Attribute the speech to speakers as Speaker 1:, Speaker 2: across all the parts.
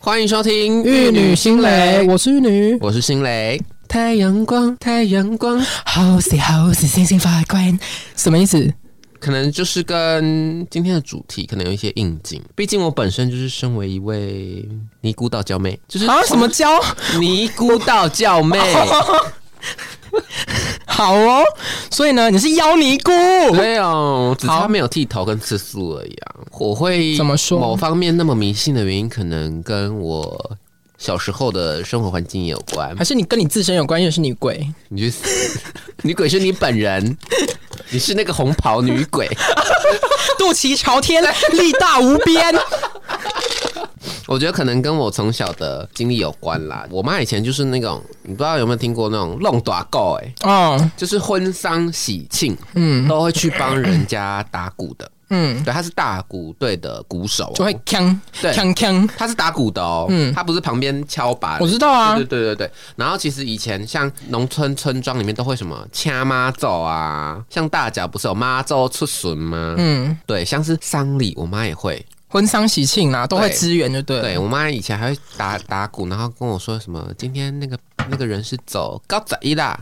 Speaker 1: 欢迎收听《
Speaker 2: 玉女心蕾，我是玉女。
Speaker 1: 我是心蕾。
Speaker 2: 太阳光，太阳光，好死好死，星星发光，什么意思？
Speaker 1: 可能就是跟今天的主题可能有一些应景，毕竟我本身就是身为一位尼姑道教妹，就是
Speaker 2: 啊，哎什么哦教？
Speaker 1: 尼姑道教 妹，
Speaker 2: 好哦，所以呢，你是妖尼姑，
Speaker 1: 对哦，只
Speaker 2: 好
Speaker 1: 差没有剃头跟吃素而已啊。我会
Speaker 2: 怎么说
Speaker 1: 某方面那么迷信的原因，可能跟我小时候的生活环境也有关
Speaker 2: 还。是你跟你自身有关，也是女鬼？
Speaker 1: 你去死， 女鬼是你本人，你是那个红袍女鬼。
Speaker 2: 肚脐朝天，力大无 边。
Speaker 1: 我觉得可能跟我从小的经历有关啦。我妈以前就是那种，你不知道有没有听过那种弄打狗哎，
Speaker 2: 哦，
Speaker 1: 就是婚丧喜庆
Speaker 2: 嗯
Speaker 1: 都会去帮人家打鼓的。
Speaker 2: 嗯，
Speaker 1: 对，她是大鼓队的鼓手哦、
Speaker 2: 就会锵
Speaker 1: 对
Speaker 2: 锵锵。
Speaker 1: 她是打鼓的哦，
Speaker 2: 嗯
Speaker 1: 她不是旁边敲把的
Speaker 2: 我知道啊
Speaker 1: 对，对对对对。然后其实以前像农村村庄里面都会什么掐妈咒啊，像大脚不是有妈咒出巡吗？
Speaker 2: 嗯，
Speaker 1: 对，像是丧礼，我妈也会。
Speaker 2: 婚丧喜庆啦，都会支援，就对了。
Speaker 1: 对我妈以前还会打打鼓，然后跟我说什么今天那个那个人是走高仔一啦，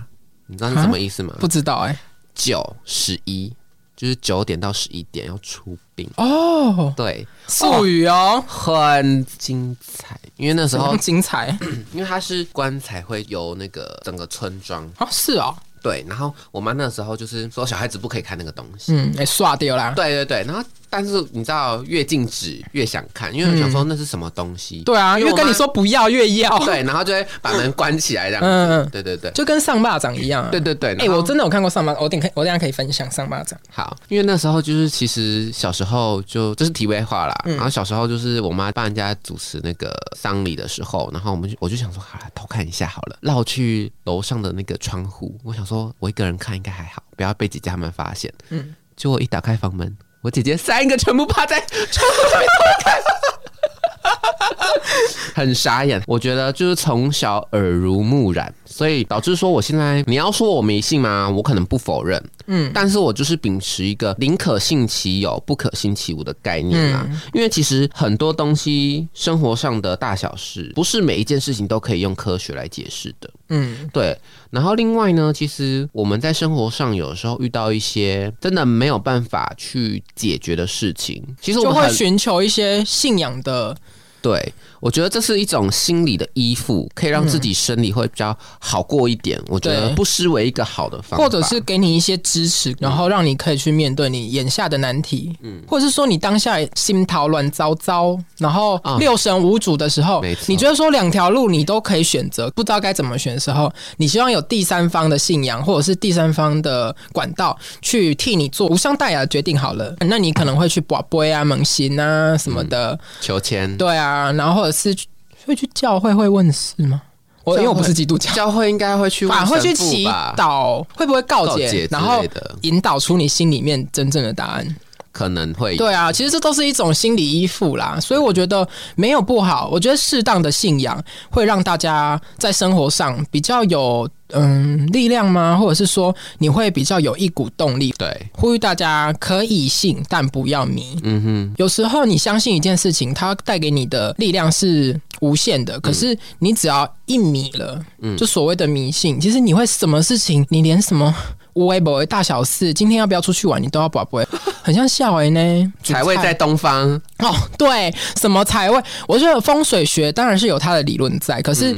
Speaker 1: 你知道是什么意思吗？
Speaker 2: 不知道哎、
Speaker 1: 九十一就是九点到十一点要出殡，
Speaker 2: 哦，
Speaker 1: 对，
Speaker 2: 术语哦，
Speaker 1: 很精彩。因为那时
Speaker 2: 怎么
Speaker 1: 候
Speaker 2: 那么，精彩？
Speaker 1: 因为他是棺材会由那个整个村庄
Speaker 2: 哦，是哦，
Speaker 1: 对，然后我妈那时候就是说小孩子不可以看那个东西，
Speaker 2: 嗯，哎、刷掉啦。
Speaker 1: 对对对，然后但是你知道越禁止越想看，因为我想说那是什么东西，
Speaker 2: 嗯对啊，
Speaker 1: 因为
Speaker 2: 因为
Speaker 1: 我
Speaker 2: 跟你
Speaker 1: 妈
Speaker 2: 说不要越要，
Speaker 1: 对，然后就会把门关起来这样
Speaker 2: 嗯嗯
Speaker 1: 子
Speaker 2: 嗯，
Speaker 1: 对对对。
Speaker 2: 就跟上巴掌一样、啊。
Speaker 1: 对对对，
Speaker 2: 哎、
Speaker 1: 然后
Speaker 2: 我真的有看过上巴，我等我等一下可以分享上巴掌。
Speaker 1: 好，因为那时候就是其实小时候就这是题外话啦，
Speaker 2: 嗯
Speaker 1: 然后小时候就是我妈帮人家主持那个丧礼的时候，然后我们就我就想说，好了，偷看一下好了，绕去楼上的那个窗户，我想说我一个人看应该还好，不要被姐姐他们发现。嗯，结果一打开房门，我姐姐三个全部趴在窗户 上面偷看。很傻眼，我觉得就是从小耳濡目染，所以导致说我现在你要说我迷信吗？我可能不否认，
Speaker 2: 嗯
Speaker 1: 但是我就是秉持一个宁可信其有，不可信其无的概念啦。
Speaker 2: 嗯
Speaker 1: 因为其实很多东西，生活上的大小事，不是每一件事情都可以用科学来解释的。
Speaker 2: 嗯，
Speaker 1: 对，然后另外呢，其实我们在生活上有时候遇到一些真的没有办法去解决的事情，其实我
Speaker 2: 就
Speaker 1: 们
Speaker 2: 会
Speaker 1: 很
Speaker 2: 寻求一些信仰的，
Speaker 1: 对，我觉得这是一种心理的依附，可以让自己生理会比较好过一点。我觉得
Speaker 2: 嗯对
Speaker 1: 不失为一个好的方法，
Speaker 2: 或者是给你一些支持，然后让你可以去面对你眼下的难题。嗯，或者是说你当下心头乱糟糟，然后
Speaker 1: 啊
Speaker 2: 六神无主的时候，
Speaker 1: 没错
Speaker 2: 你觉得说两条路你都可以选择，不知道该怎么选的时候，你希望有第三方的信仰或者是第三方的管道去替你做无伤大雅的决定。好了，那你可能会去卜杯啊、蒙心啊什么的。
Speaker 1: 求签。
Speaker 2: 对啊，然后或者是去会去教会会问事吗？我因为我不是基督教，
Speaker 1: 教会应该会去问
Speaker 2: 反而会去
Speaker 1: 神父
Speaker 2: 祈
Speaker 1: 吧
Speaker 2: 祷，会不会告
Speaker 1: 告
Speaker 2: 解
Speaker 1: 解，
Speaker 2: 然后
Speaker 1: 之类的
Speaker 2: 引导出你心里面真正的答案？
Speaker 1: 可能会有
Speaker 2: 对啊，其实这都是一种心理依附啦，所以我觉得没有不好。我觉得适当的信仰会让大家在生活上比较有嗯力量吗？或者是说你会比较有一股动力？
Speaker 1: 对，
Speaker 2: 呼吁大家可以信，但不要迷。
Speaker 1: 嗯哼，
Speaker 2: 有时候你相信一件事情，它带给你的力量是无限的。可
Speaker 1: 嗯
Speaker 2: 是你只要一迷了，就所谓的迷信，其实你会什么事情，你连什么无微不微大小事，今天要不要出去玩，你都要 宝贝，很像夏维呢。
Speaker 1: 才会
Speaker 2: 煮
Speaker 1: 在
Speaker 2: 菜
Speaker 1: 东方。
Speaker 2: 哦，对，什么财位？我觉得风水学当然是有它的理论在，可
Speaker 1: 嗯
Speaker 2: 是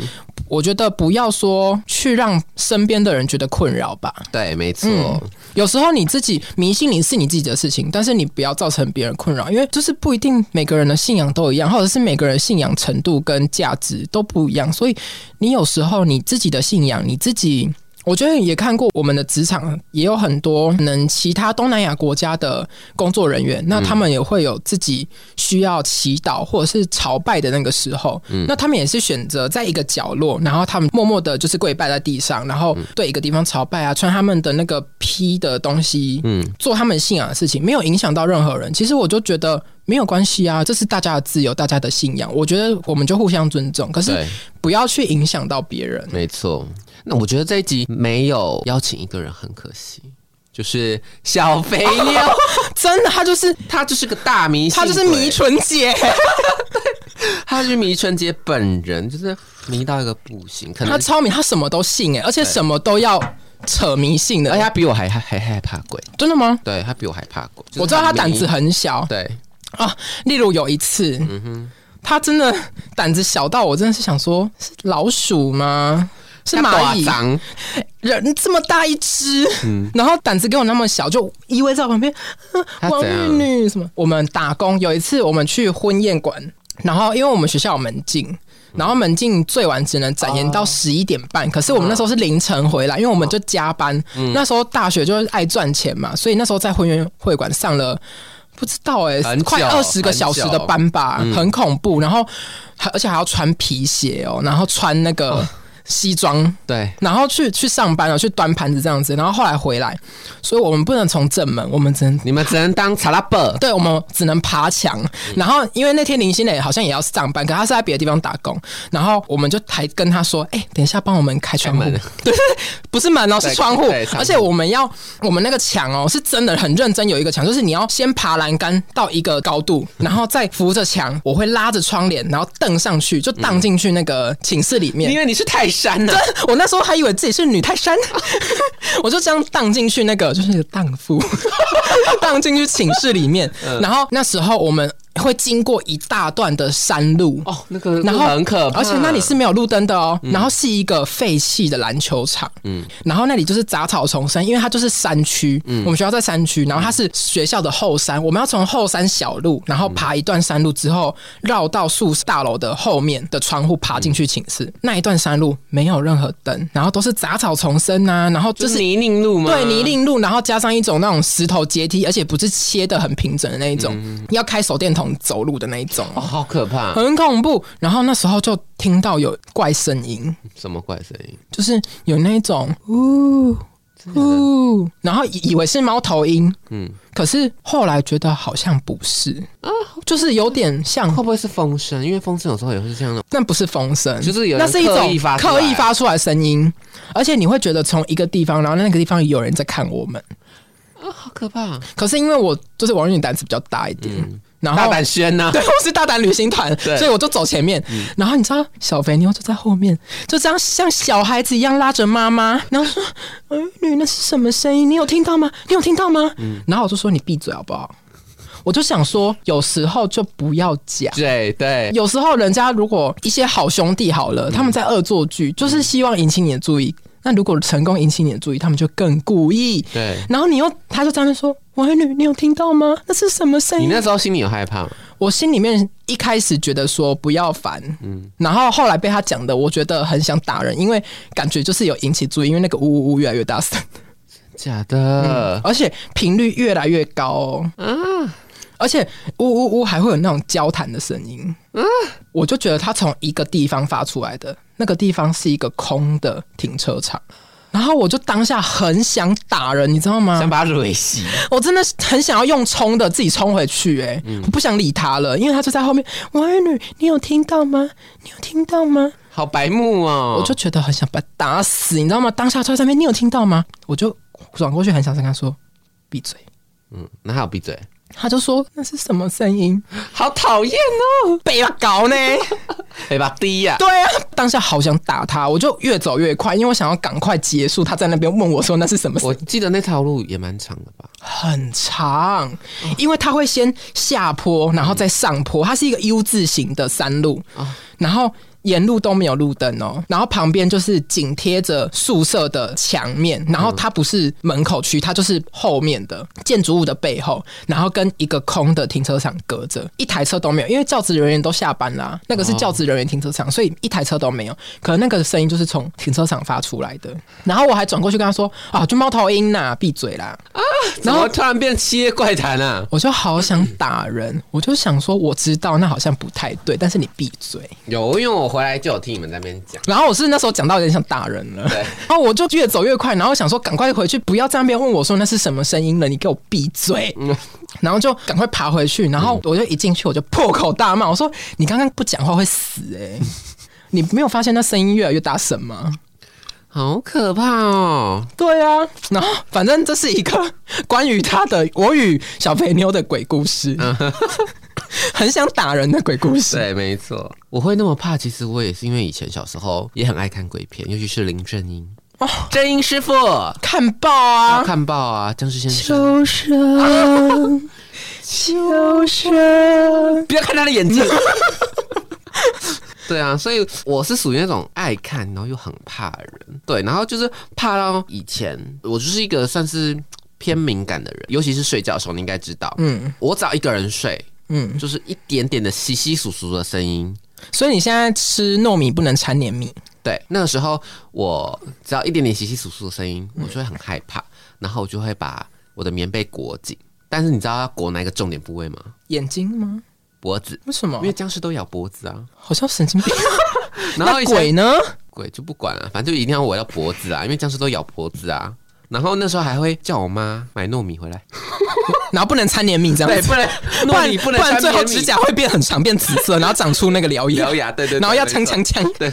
Speaker 2: 我觉得不要说去让身边的人觉得困扰吧。
Speaker 1: 对，没错。
Speaker 2: 嗯有时候你自己迷信你是你自己的事情，但是你不要造成别人困扰，因为就是不一定每个人的信仰都一样，或者是每个人信仰程度跟价值都不一样，所以你有时候你自己的信仰，你自己。我觉得也看过我们的职场，也有很多可能其他东南亚国家的工作人员，那他们也会有自己需要祈祷或者是朝拜的那个时候，那他们也是选择在一个角落，然后他们默默的就是跪拜在地上，然后对一个地方朝拜啊，穿他们的那个披的东西，嗯，做他们信仰的事情，没有影响到任何人。其实我就觉得没有关系啊，这是大家的自由，大家的信仰，我觉得我们就互相尊重，可是
Speaker 1: 对，
Speaker 2: 不要去影响到别人。
Speaker 1: 没错。那我觉得这一集没有邀请一个人，很可惜。就是小肥
Speaker 2: 哦
Speaker 1: 妞，
Speaker 2: 真的，他就是
Speaker 1: 她就是个大迷信，
Speaker 2: 他就是迷。纯姐，
Speaker 1: 他是迷春姐本人，就是迷到一个不行，可能
Speaker 2: 他超迷，他什么都信哎、而且什么都要扯迷信的。
Speaker 1: 而
Speaker 2: 哎
Speaker 1: 且
Speaker 2: 呀，
Speaker 1: 他比我还还还害怕鬼，
Speaker 2: 真的吗？
Speaker 1: 对他比我还怕鬼。就是
Speaker 2: 我知道他胆子
Speaker 1: 迷
Speaker 2: 很小
Speaker 1: 对，嗯
Speaker 2: 啊。例如有一次，他真的胆子小到我真的是想说，是老鼠吗？是
Speaker 1: 他
Speaker 2: 蚂
Speaker 1: 大
Speaker 2: 蚁？
Speaker 1: 张
Speaker 2: 人这么大一只，
Speaker 1: 嗯
Speaker 2: 然后胆子给我那么小，就依偎在我旁边。
Speaker 1: 他
Speaker 2: 王
Speaker 1: 怎
Speaker 2: 玉
Speaker 1: 样
Speaker 2: 女什么？我们打工有一次，我们去婚宴馆，然后因为我们学校有门禁。然后门禁最晚只能展
Speaker 1: 哦
Speaker 2: 延到十一点半，可是我们那时候是凌晨回来，因为我们就加班。
Speaker 1: 嗯
Speaker 2: 那时候大学就是爱赚钱嘛，所以那时候在婚宴会馆上了不知道哎、
Speaker 1: 很久
Speaker 2: 快二十个小时的班吧，
Speaker 1: 嗯
Speaker 2: 很恐怖。然后还而且还要穿皮鞋哦，然后穿那个西装，
Speaker 1: 对，
Speaker 2: 然后去去上班了，哦去端盘子这样子，然后后来回来，所以我们不能从正门，我们只能。
Speaker 1: 你们只能当查拉伯，
Speaker 2: 对，我们只能爬墙。然后，因为那天林心磊好像也要上班，可他是在别的地方打工。然后，我们就还跟他说：“哎、等一下，帮我们开窗户。
Speaker 1: 开
Speaker 2: 对
Speaker 1: 门
Speaker 2: 对 对，不是门哦，
Speaker 1: 对
Speaker 2: 是窗户
Speaker 1: 对。窗户
Speaker 2: 而且我们要，我们那个墙哦，是真的很认真，有一个墙，就是你要先爬栏杆到一个高度，然后再扶着墙，我会拉着窗帘，然后蹬上去，就荡进去那个寝室里面。
Speaker 1: 因为你是泰山呐、
Speaker 2: 我那时候还以为自己是女泰山， 我就这样荡进去那个就是荡妇， 荡进去寝室里面。然后那时候我们会经过一大段的山路，
Speaker 1: 哦，那个
Speaker 2: 然后
Speaker 1: 很可怕，嗯
Speaker 2: 而且那里是没有路灯的哦，然后是一个废弃的篮球场，嗯，然后那里就是杂草丛生，因为它就是山区，
Speaker 1: 嗯
Speaker 2: 我们学校在山区，然后它是学校的后山，我们要从后山小路，然后爬一段山路之后，绕到宿舍大楼的后面的窗户爬进去寝室，
Speaker 1: 嗯
Speaker 2: 那一段山路没有任何灯，然后都是杂草丛生啊，然后就
Speaker 1: 就是是泥泞路吗？
Speaker 2: 对泥泞路，然后加上一种那种石头阶梯，而且不是切的很平整的那一种，
Speaker 1: 嗯
Speaker 2: 要开手电筒走路的那一种
Speaker 1: 哦，好可怕，
Speaker 2: 很恐怖。然后那时候就听到有怪声音，
Speaker 1: 什么怪声音？
Speaker 2: 就是有那种呜呜，然后以以为是猫头鹰，
Speaker 1: 嗯，
Speaker 2: 可是后来觉得好像不是啊，就是有点像。
Speaker 1: 会不会是风声？因为风声有时候也会是这样的。
Speaker 2: 那不是风声，
Speaker 1: 就是有人
Speaker 2: 那是一种
Speaker 1: 刻意发出来
Speaker 2: 刻意发出来的声音，而且你会觉得从一个地方，然后那个地方有人在看我们。
Speaker 1: 啊，好可怕！
Speaker 2: 可是因为我就是王允胆子比较大一点，
Speaker 1: 嗯
Speaker 2: 然后
Speaker 1: 大胆宣呐、
Speaker 2: 对，我是大胆旅行团，
Speaker 1: 对
Speaker 2: 所以我就走前面。然后你知道，小肥妞就在后面，就这样像小孩子一样拉着妈妈，然后说：“儿女，那是什么声音？你有听到吗？你有听到吗？”然后我就说：“你闭嘴好不好？”我就想说，有时候就不要讲。
Speaker 1: 对对，
Speaker 2: 有时候人家如果一些好兄弟好了，他们在恶作剧，就是希望引起你的注意。那如果成功引起你的注意，他们就更故意。
Speaker 1: 对
Speaker 2: 然后你又，他就在那边说：“我儿女，你有听到吗？那是什么声
Speaker 1: 你
Speaker 2: 音？”
Speaker 1: 那时候心里有害怕吗？
Speaker 2: 我心里面一开始觉得说不要烦，嗯，然后后来被他讲的，我觉得很想打人，因为感觉就是有引起注意，因为那个呜呜呜越来越大声，
Speaker 1: 假的，
Speaker 2: 而且频率越来越高哦，而且呜呜呜还会有那种交谈的声音，我就觉得它从一个地方发出来的，那个地方是一个空的停车场。然后我就当下很想打人，你知道吗
Speaker 1: 嗯想？把它蕊熄。
Speaker 2: 我真的是很想要用冲的自己冲回去、哎、我不想理他了，因为他就在后面。王玉女，你有听到吗？你有听到吗？
Speaker 1: 好白目哦！
Speaker 2: 我就觉得很想把他打死，你知道吗？当下就在那边，你有听到吗？我就转过去，很想跟他说闭嘴。
Speaker 1: 嗯，那还有闭嘴，
Speaker 2: 他就说那是什么声音？
Speaker 1: 好讨厌哦，
Speaker 2: 被他搞呢？
Speaker 1: 嘴巴低呀、
Speaker 2: 对啊，当下好想打他，我就越走越快，因为我想要赶快结束。他在那边问我说那是什么声音
Speaker 1: 我记得那条路也蛮长的吧？
Speaker 2: 很长，因为它会先下坡，然后再上坡，它是一个 U 字形的山路，然后沿路都没有路灯哦，然后旁边就是紧贴着宿舍的墙面，然后它不是门口区，它就是后面的建筑物的背后，然后跟一个空的停车场隔着，一台车都没有，因为教职人员都下班啦、那个是教职人员停车场，所以一台车都没有，可能那个声音就是从停车场发出来的，然后我还转过去跟他说啊，就猫头鹰呐、闭嘴啦。
Speaker 1: 然后突然变七夜怪谈啊？
Speaker 2: 我就好想打人，我就想说，我知道那好像不太对，但是你闭嘴。
Speaker 1: 有，因为我回来就有听你们在那边讲。
Speaker 2: 然后我是那时候讲到有点想打人了，
Speaker 1: 对
Speaker 2: 然后我就越走越快，然后想说赶快回去，不要在那边问我说那是什么声音了，你给我闭嘴。 然后就赶快爬回去，然后我就一进去我就破口大骂，我说你刚刚不讲话会死哎、你没有发现那声音越来越大声吗？
Speaker 1: 好可怕哦！
Speaker 2: 对啊，然后反 正这是一个关于他的我与小肥妞的鬼故事。 很想打人的鬼故事。
Speaker 1: 对，没错，我会那么怕，其实我也是因为以前小时候也很爱看鬼片，尤其是林正英，
Speaker 2: 哦
Speaker 1: 正英师傅，
Speaker 2: 看报
Speaker 1: 然
Speaker 2: 啊
Speaker 1: 后，看报啊，僵尸先生，
Speaker 2: 秋生，秋生，
Speaker 1: 不要看他的眼 睛。对啊，所以我是属于那种爱看，然后又很怕的人。对，然后就是怕到以前，我就是一个算是偏敏感的人，尤其是睡觉的时候，你应该知道，
Speaker 2: 嗯
Speaker 1: 我只要一个人睡，
Speaker 2: 嗯，
Speaker 1: 就是一点点的稀稀疏疏的声音。
Speaker 2: 所以你现在吃糯米不能掺黏米，
Speaker 1: 对，那个时候我只要一点点稀稀疏疏的声音，我就会很害怕，然后我就会把我的棉被裹紧。但是你知道要裹哪一个重点部位吗？
Speaker 2: 眼睛吗？
Speaker 1: 脖子，
Speaker 2: 为什么
Speaker 1: 因？为僵尸都咬脖子啊。
Speaker 2: 好像 神经病。
Speaker 1: 然后以前
Speaker 2: 鬼呢？
Speaker 1: 鬼就不管了、反正就一定要围到脖子啊，因为僵尸都咬脖子啊。然后那时候还会叫我妈买糯米回来，
Speaker 2: 然后不能掺黏米这样
Speaker 1: 对，
Speaker 2: 子，
Speaker 1: 不能
Speaker 2: 不
Speaker 1: 糯
Speaker 2: 然
Speaker 1: 米不能
Speaker 2: 不然
Speaker 1: 沾
Speaker 2: 最后
Speaker 1: 黏米
Speaker 2: 指甲会变很长，变紫色， 然后长出那个獠牙
Speaker 1: 獠，牙，对对对，
Speaker 2: 然后要
Speaker 1: 没
Speaker 2: 锵
Speaker 1: 错
Speaker 2: 锵锵，
Speaker 1: 对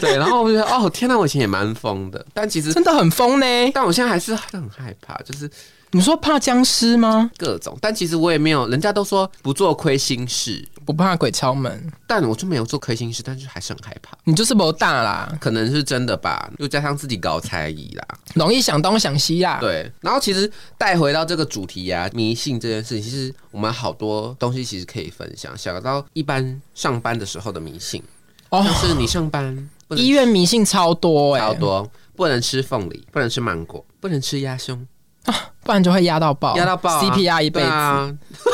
Speaker 1: 对，然后我就觉得哦天哪，我以前也蛮疯的，但其实
Speaker 2: 真的很疯呢。
Speaker 1: 但我现在还是很害怕，就是
Speaker 2: 你说怕僵尸吗？
Speaker 1: 各种，但其实我也没有，人家都说不做亏心事，
Speaker 2: 不怕鬼敲门，
Speaker 1: 但我就没有做亏心事，但是还是很害怕。
Speaker 2: 你就是不大啦，
Speaker 1: 可能是真的吧，又加上自己搞猜疑啦，
Speaker 2: 容易想东想西啦。
Speaker 1: 对。然后其实带回到这个主题啊，迷信这件事情，其实我们好多东西其实可以分享。想到一般上班的时候的迷信，
Speaker 2: 哦
Speaker 1: 像是你上班不能
Speaker 2: 医院迷信超多哎、
Speaker 1: 超多，不能吃凤梨，不能吃芒果，不能吃鸭胸，
Speaker 2: 不然就会压到爆，
Speaker 1: 压到爆、啊、
Speaker 2: CPR 一辈子。
Speaker 1: 对啊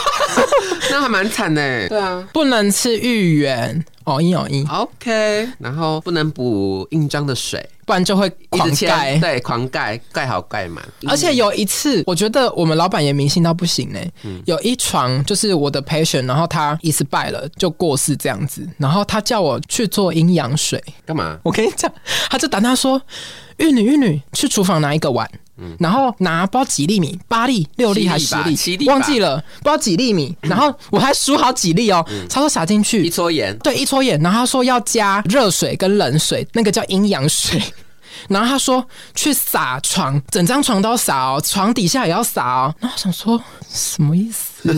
Speaker 1: 那还蛮惨的。对啊。
Speaker 2: 不能吃芋圆，哦一哦一，
Speaker 1: OK，然后不能补印章的水，
Speaker 2: 不然就会
Speaker 1: 一
Speaker 2: 狂
Speaker 1: 直
Speaker 2: 盖
Speaker 1: 签，。
Speaker 2: 嗯
Speaker 1: 对，狂盖，盖好盖满，
Speaker 2: 而且有一次，我觉得我们老板也迷信到不行呢、
Speaker 1: 嗯
Speaker 2: 有一床就是我的 patient，然后他 expire 了，就过世这样子，然后他叫我去做阴阳水。
Speaker 1: 干嘛？
Speaker 2: 我跟你讲，他就打他说：“玉女，玉女，去厨房拿一个碗，然后拿不知道几粒米，八粒、六粒还是十粒，
Speaker 1: 嗯七粒吧七粒吧嗯
Speaker 2: 忘记了，不知道几粒米。然后我还数好几粒哦，他说撒进
Speaker 1: 一
Speaker 2: 去，
Speaker 1: 撮盐，
Speaker 2: 对，一撮盐。然后他说要加热水跟冷水，那个叫阴阳水。 然后他说去撒床，整张床都要撒哦，床底下也要撒哦。然后我想说什么意 思？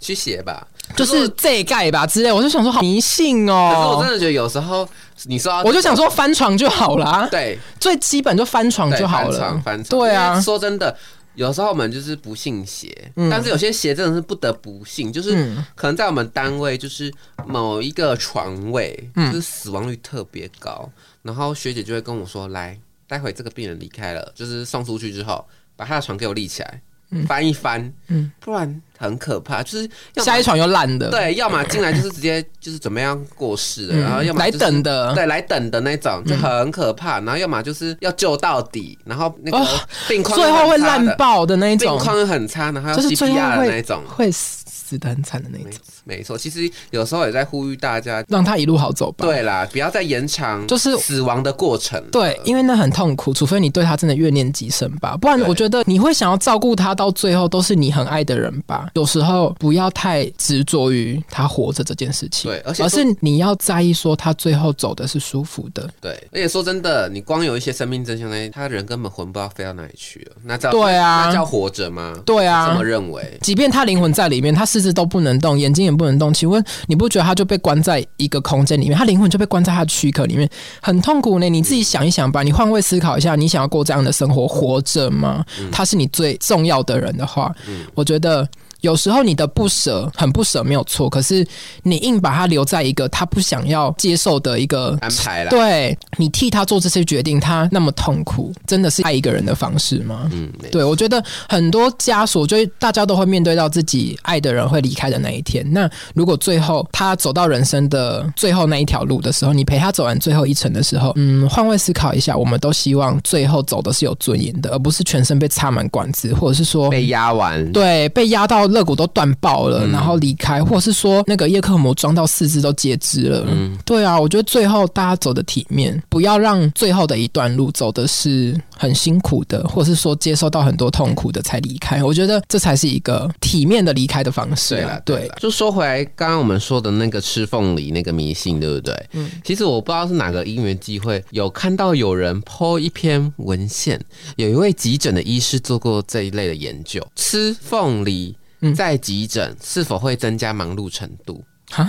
Speaker 1: 去写吧。
Speaker 2: 就是这一盖吧之类。我就想说好迷信
Speaker 1: 可是我
Speaker 2: 哦
Speaker 1: 真，的觉得有时候你说要
Speaker 2: 我就想说翻床就好啦。
Speaker 1: 对
Speaker 2: 最基本就翻床
Speaker 1: 对
Speaker 2: 哦就好
Speaker 1: 翻
Speaker 2: 了
Speaker 1: 船，翻船
Speaker 2: 对
Speaker 1: 因
Speaker 2: 啊
Speaker 1: 为，说真的。有时候我们就是不信邪，但是有些邪真的是不得不信，就是
Speaker 2: 嗯
Speaker 1: 可能在我们单位，就是某一个床位，
Speaker 2: 嗯
Speaker 1: 就是死亡率特别高，然后学姐就会跟我说：“来，待会这个病人离开了，就是送出去之后，把他的床给我立起来，翻一翻，
Speaker 2: 嗯
Speaker 1: 不然很可怕。”就是要么
Speaker 2: 下一床又烂的，
Speaker 1: 对，要么进来就是直接就是怎么样过世的，
Speaker 2: 嗯，
Speaker 1: 然后要么
Speaker 2: 来
Speaker 1: 就是
Speaker 2: 等的，
Speaker 1: 对，来等的那种就很可怕。然后要么就是要救到底，然后那个
Speaker 2: 哦
Speaker 1: 病况又
Speaker 2: 最后会
Speaker 1: 很差
Speaker 2: 烂
Speaker 1: 的，
Speaker 2: 爆的那一
Speaker 1: 病
Speaker 2: 种，
Speaker 1: 况又很差，然后要
Speaker 2: 就是最后
Speaker 1: CPR 的那
Speaker 2: 会
Speaker 1: 一种。
Speaker 2: 会死的很惨的那一
Speaker 1: 没
Speaker 2: 种，
Speaker 1: 没错，其实有时候也在呼吁大家，
Speaker 2: 让他一路好走吧。
Speaker 1: 对啦，不要再延长
Speaker 2: 啊就是
Speaker 1: 死亡的过程。
Speaker 2: 对，因为那很痛苦，除非你对他真的怨念极深吧，不然
Speaker 1: 呃对
Speaker 2: 我觉得你会想要照顾他到最后都是你很爱的人吧。有时候不要太执着于他活着这件事情，
Speaker 1: 对而且
Speaker 2: 是你要在意说他最后走的是舒服的。
Speaker 1: 对，而且说真的，你光有一些生命真相呢，他人根本魂不知道飞到哪里去了，那叫
Speaker 2: 对啊
Speaker 1: 那叫活着吗？
Speaker 2: 对
Speaker 1: 这
Speaker 2: 啊
Speaker 1: 么，认为，
Speaker 2: 即便他灵魂在里面，他四肢都不能动，眼睛也不能动。请问你不觉得他就被关在一个空间里面，他灵魂就被关在他的躯壳里面，很痛苦呢？你自己想一想吧，你换位思考一下，你想要过这样的生活，活着吗？他是你最重要的人的话，我觉得。有时候你的不舍很不舍没有错，可是你硬把他留在一个他不想要接受的一个
Speaker 1: 安排啦。
Speaker 2: 对你替他做这些决定，他那么痛苦，真的是爱一个人的方式吗？
Speaker 1: 嗯，没
Speaker 2: 对，我觉得很多枷锁，就是大家都会面对到自己爱的人会离开的那一天。那如果最后他走到人生的最后那一条路的时候，你陪他走完最后一程的时候，嗯，换位思考一下，我们都希望最后走的是有尊严的，而不是全身被插满管子，或者是说。
Speaker 1: 被压完，
Speaker 2: 对，被压到肋骨都断爆
Speaker 1: 嗯
Speaker 2: 了，然后离开，或者是说那个叶克膜装到四肢都截肢了。
Speaker 1: 嗯
Speaker 2: 对啊，我觉得最后大家走的体面，不要让最后的一段路走的是很辛苦的，或是说接受到很多痛苦的才离开。我觉得这才是一个体面的离开的方式、
Speaker 1: 对
Speaker 2: 啊
Speaker 1: 啦。，
Speaker 2: 对，
Speaker 1: 啦，就说回来，刚刚我们说的那个吃凤梨那个迷信，对不对？嗯，其实我不知道是哪个因缘机会，有看到有人 po 一篇文献，有一位急诊的医师做过这一类的研究，吃凤梨
Speaker 2: 嗯
Speaker 1: 在急诊是否会增加忙碌程度？
Speaker 2: 啊，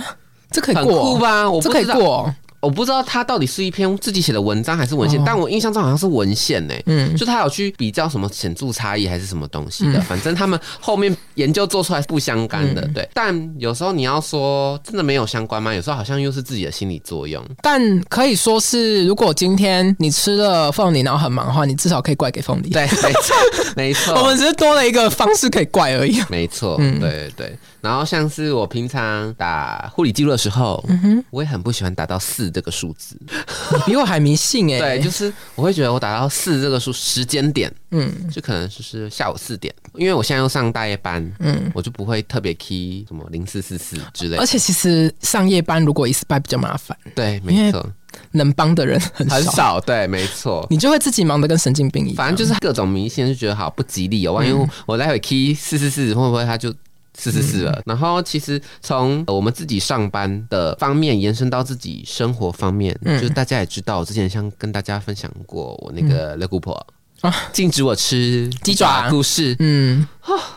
Speaker 2: 这可以
Speaker 1: 很
Speaker 2: 过
Speaker 1: 酷
Speaker 2: 哦、
Speaker 1: 吧？我
Speaker 2: 这
Speaker 1: 不
Speaker 2: 可以
Speaker 1: 知道，
Speaker 2: 过哦、
Speaker 1: 我不知道它到底是一篇自己写的文章还是文献，
Speaker 2: 哦
Speaker 1: 但我印象中好像是文献呢、
Speaker 2: 嗯，
Speaker 1: 就他有去比较什么显著差异还是什么东西的，反正他们后面研究做出来是不相干
Speaker 2: 嗯
Speaker 1: 的，对。但有时候你要说真的没有相关吗？有时候好像又是自己的心理作 用。
Speaker 2: 但可以说是，如果今天你吃了凤梨，然后很忙的话，你至少可以怪给凤梨。
Speaker 1: 对， 没错，没
Speaker 2: 我
Speaker 1: 错。
Speaker 2: 们只是多了一个方式可以怪而已。
Speaker 1: 没错，
Speaker 2: 嗯
Speaker 1: 对对对。然后像是我平常打护理记录的时候，
Speaker 2: 嗯
Speaker 1: 我也很不喜欢打到四这个数字。
Speaker 2: 你比我还迷信哎、
Speaker 1: 对，就是我会觉得我打到四这个数时间点，
Speaker 2: 嗯
Speaker 1: 就可能就是下午四点，因为我现在又上大夜班，
Speaker 2: 嗯。哦
Speaker 1: 我就不会特别 key 什么零四四四之类的
Speaker 2: 而。且其实上夜班如果一次拜比较麻烦，
Speaker 1: 对，
Speaker 2: 因
Speaker 1: 没
Speaker 2: 为
Speaker 1: 错，
Speaker 2: 能帮的人很少，
Speaker 1: 很少，对，没错。
Speaker 2: 你就会自己忙得跟神经病一样。
Speaker 1: 反正就是各种迷信，就觉得好不吉利
Speaker 2: 嗯
Speaker 1: 哦。万一我待会 key 四四四，会不会他就四四四
Speaker 2: 嗯
Speaker 1: 了？然后其实从呃我们自己上班的方面延伸到自己生活方面，
Speaker 2: 嗯
Speaker 1: 就大家也知道，我之前像跟大家分享过我那个乐姑婆
Speaker 2: 啊
Speaker 1: 禁止我吃
Speaker 2: 鸡爪
Speaker 1: 的故事，
Speaker 2: 嗯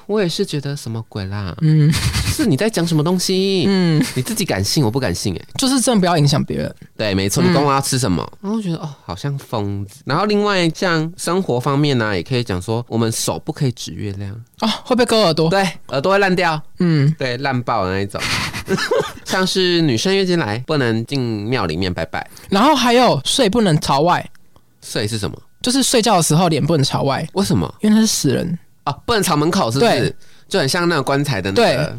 Speaker 1: 我也是觉得什么鬼啦？
Speaker 2: 嗯
Speaker 1: 是你在讲什么东西？
Speaker 2: 嗯，
Speaker 1: 你自己敢信，我不敢信哎、
Speaker 2: 就是真的不要影响别人。
Speaker 1: 对，没错，你管我要吃什么，嗯然后我觉得哦，好像疯子。然后另外像生活方面呢、也可以讲说，我们手不可以指月亮，
Speaker 2: 哦，会不会割耳朵？
Speaker 1: 对，耳朵会烂掉，
Speaker 2: 嗯，
Speaker 1: 对，烂爆的那一 种。像是女生月经来不能进庙里面拜拜，
Speaker 2: 然后还有睡不能朝外，
Speaker 1: 所以是什么？
Speaker 2: 就是睡觉的时候脸不能朝外，
Speaker 1: 为什么
Speaker 2: 因为那是死人，
Speaker 1: 啊？不能朝门口，是不是
Speaker 2: 对？
Speaker 1: 就很像那个棺材的那个，哦，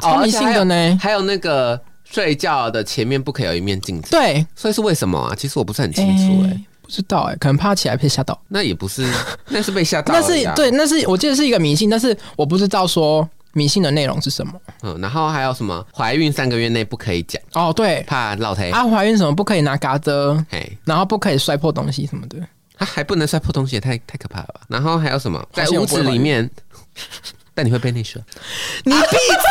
Speaker 2: 超
Speaker 1: 而
Speaker 2: 迷
Speaker 1: 且
Speaker 2: 信
Speaker 1: 还
Speaker 2: 的
Speaker 1: 有
Speaker 2: 呢。
Speaker 1: 还有那个睡觉的前面不可以有一面镜子，
Speaker 2: 对，
Speaker 1: 所以是为什么啊？其实我不是很清楚哎、
Speaker 2: 诶不知道哎、可能怕起来被吓到。
Speaker 1: 那也不是，那是被吓到、啊
Speaker 2: 那
Speaker 1: 了
Speaker 2: 是
Speaker 1: 呀
Speaker 2: 对，那是我记得是一个迷信，但是我不知道说迷信的内容是什么。
Speaker 1: 嗯，然后还有什么？怀孕三个月内不可以讲，
Speaker 2: 哦，对，
Speaker 1: 怕落胎。
Speaker 2: 啊，怀孕什么不可以拿嘎子，
Speaker 1: 哎、
Speaker 2: 然后不可以摔破东西什么的。
Speaker 1: 啊还不能摔破东西，也太太可怕了吧？然后还有什么？在
Speaker 2: 像
Speaker 1: 屋
Speaker 2: 我
Speaker 1: 子
Speaker 2: 不会怀
Speaker 1: 里
Speaker 2: 孕
Speaker 1: 面， 但你会被内射。
Speaker 2: 你闭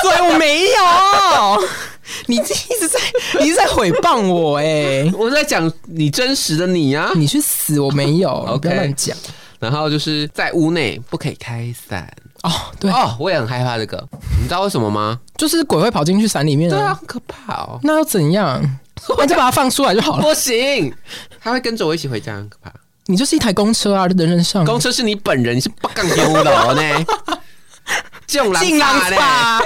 Speaker 2: 嘴，我没有。你一直在，你一直在诽谤我 哎、
Speaker 1: 我在讲你真实的你啊。
Speaker 2: 你去死！我没有
Speaker 1: OK
Speaker 2: 你不要乱讲
Speaker 1: 然后就是在屋内不可以开伞。
Speaker 2: 哦。对，
Speaker 1: 哦，我也很害怕这个，你知道为什么吗？
Speaker 2: 就是鬼会跑进去伞里面
Speaker 1: 对啊，，很可怕哦。
Speaker 2: 那又怎样？那就把它放出来就好了。
Speaker 1: 不行，他会跟着我一起回家，很可怕。
Speaker 2: 你就是一台公车啊，人人上
Speaker 1: 公车是你本人，你是不杠丢的哦呢。 进
Speaker 2: 进
Speaker 1: 狼
Speaker 2: 狼
Speaker 1: 呢？
Speaker 2: 吧，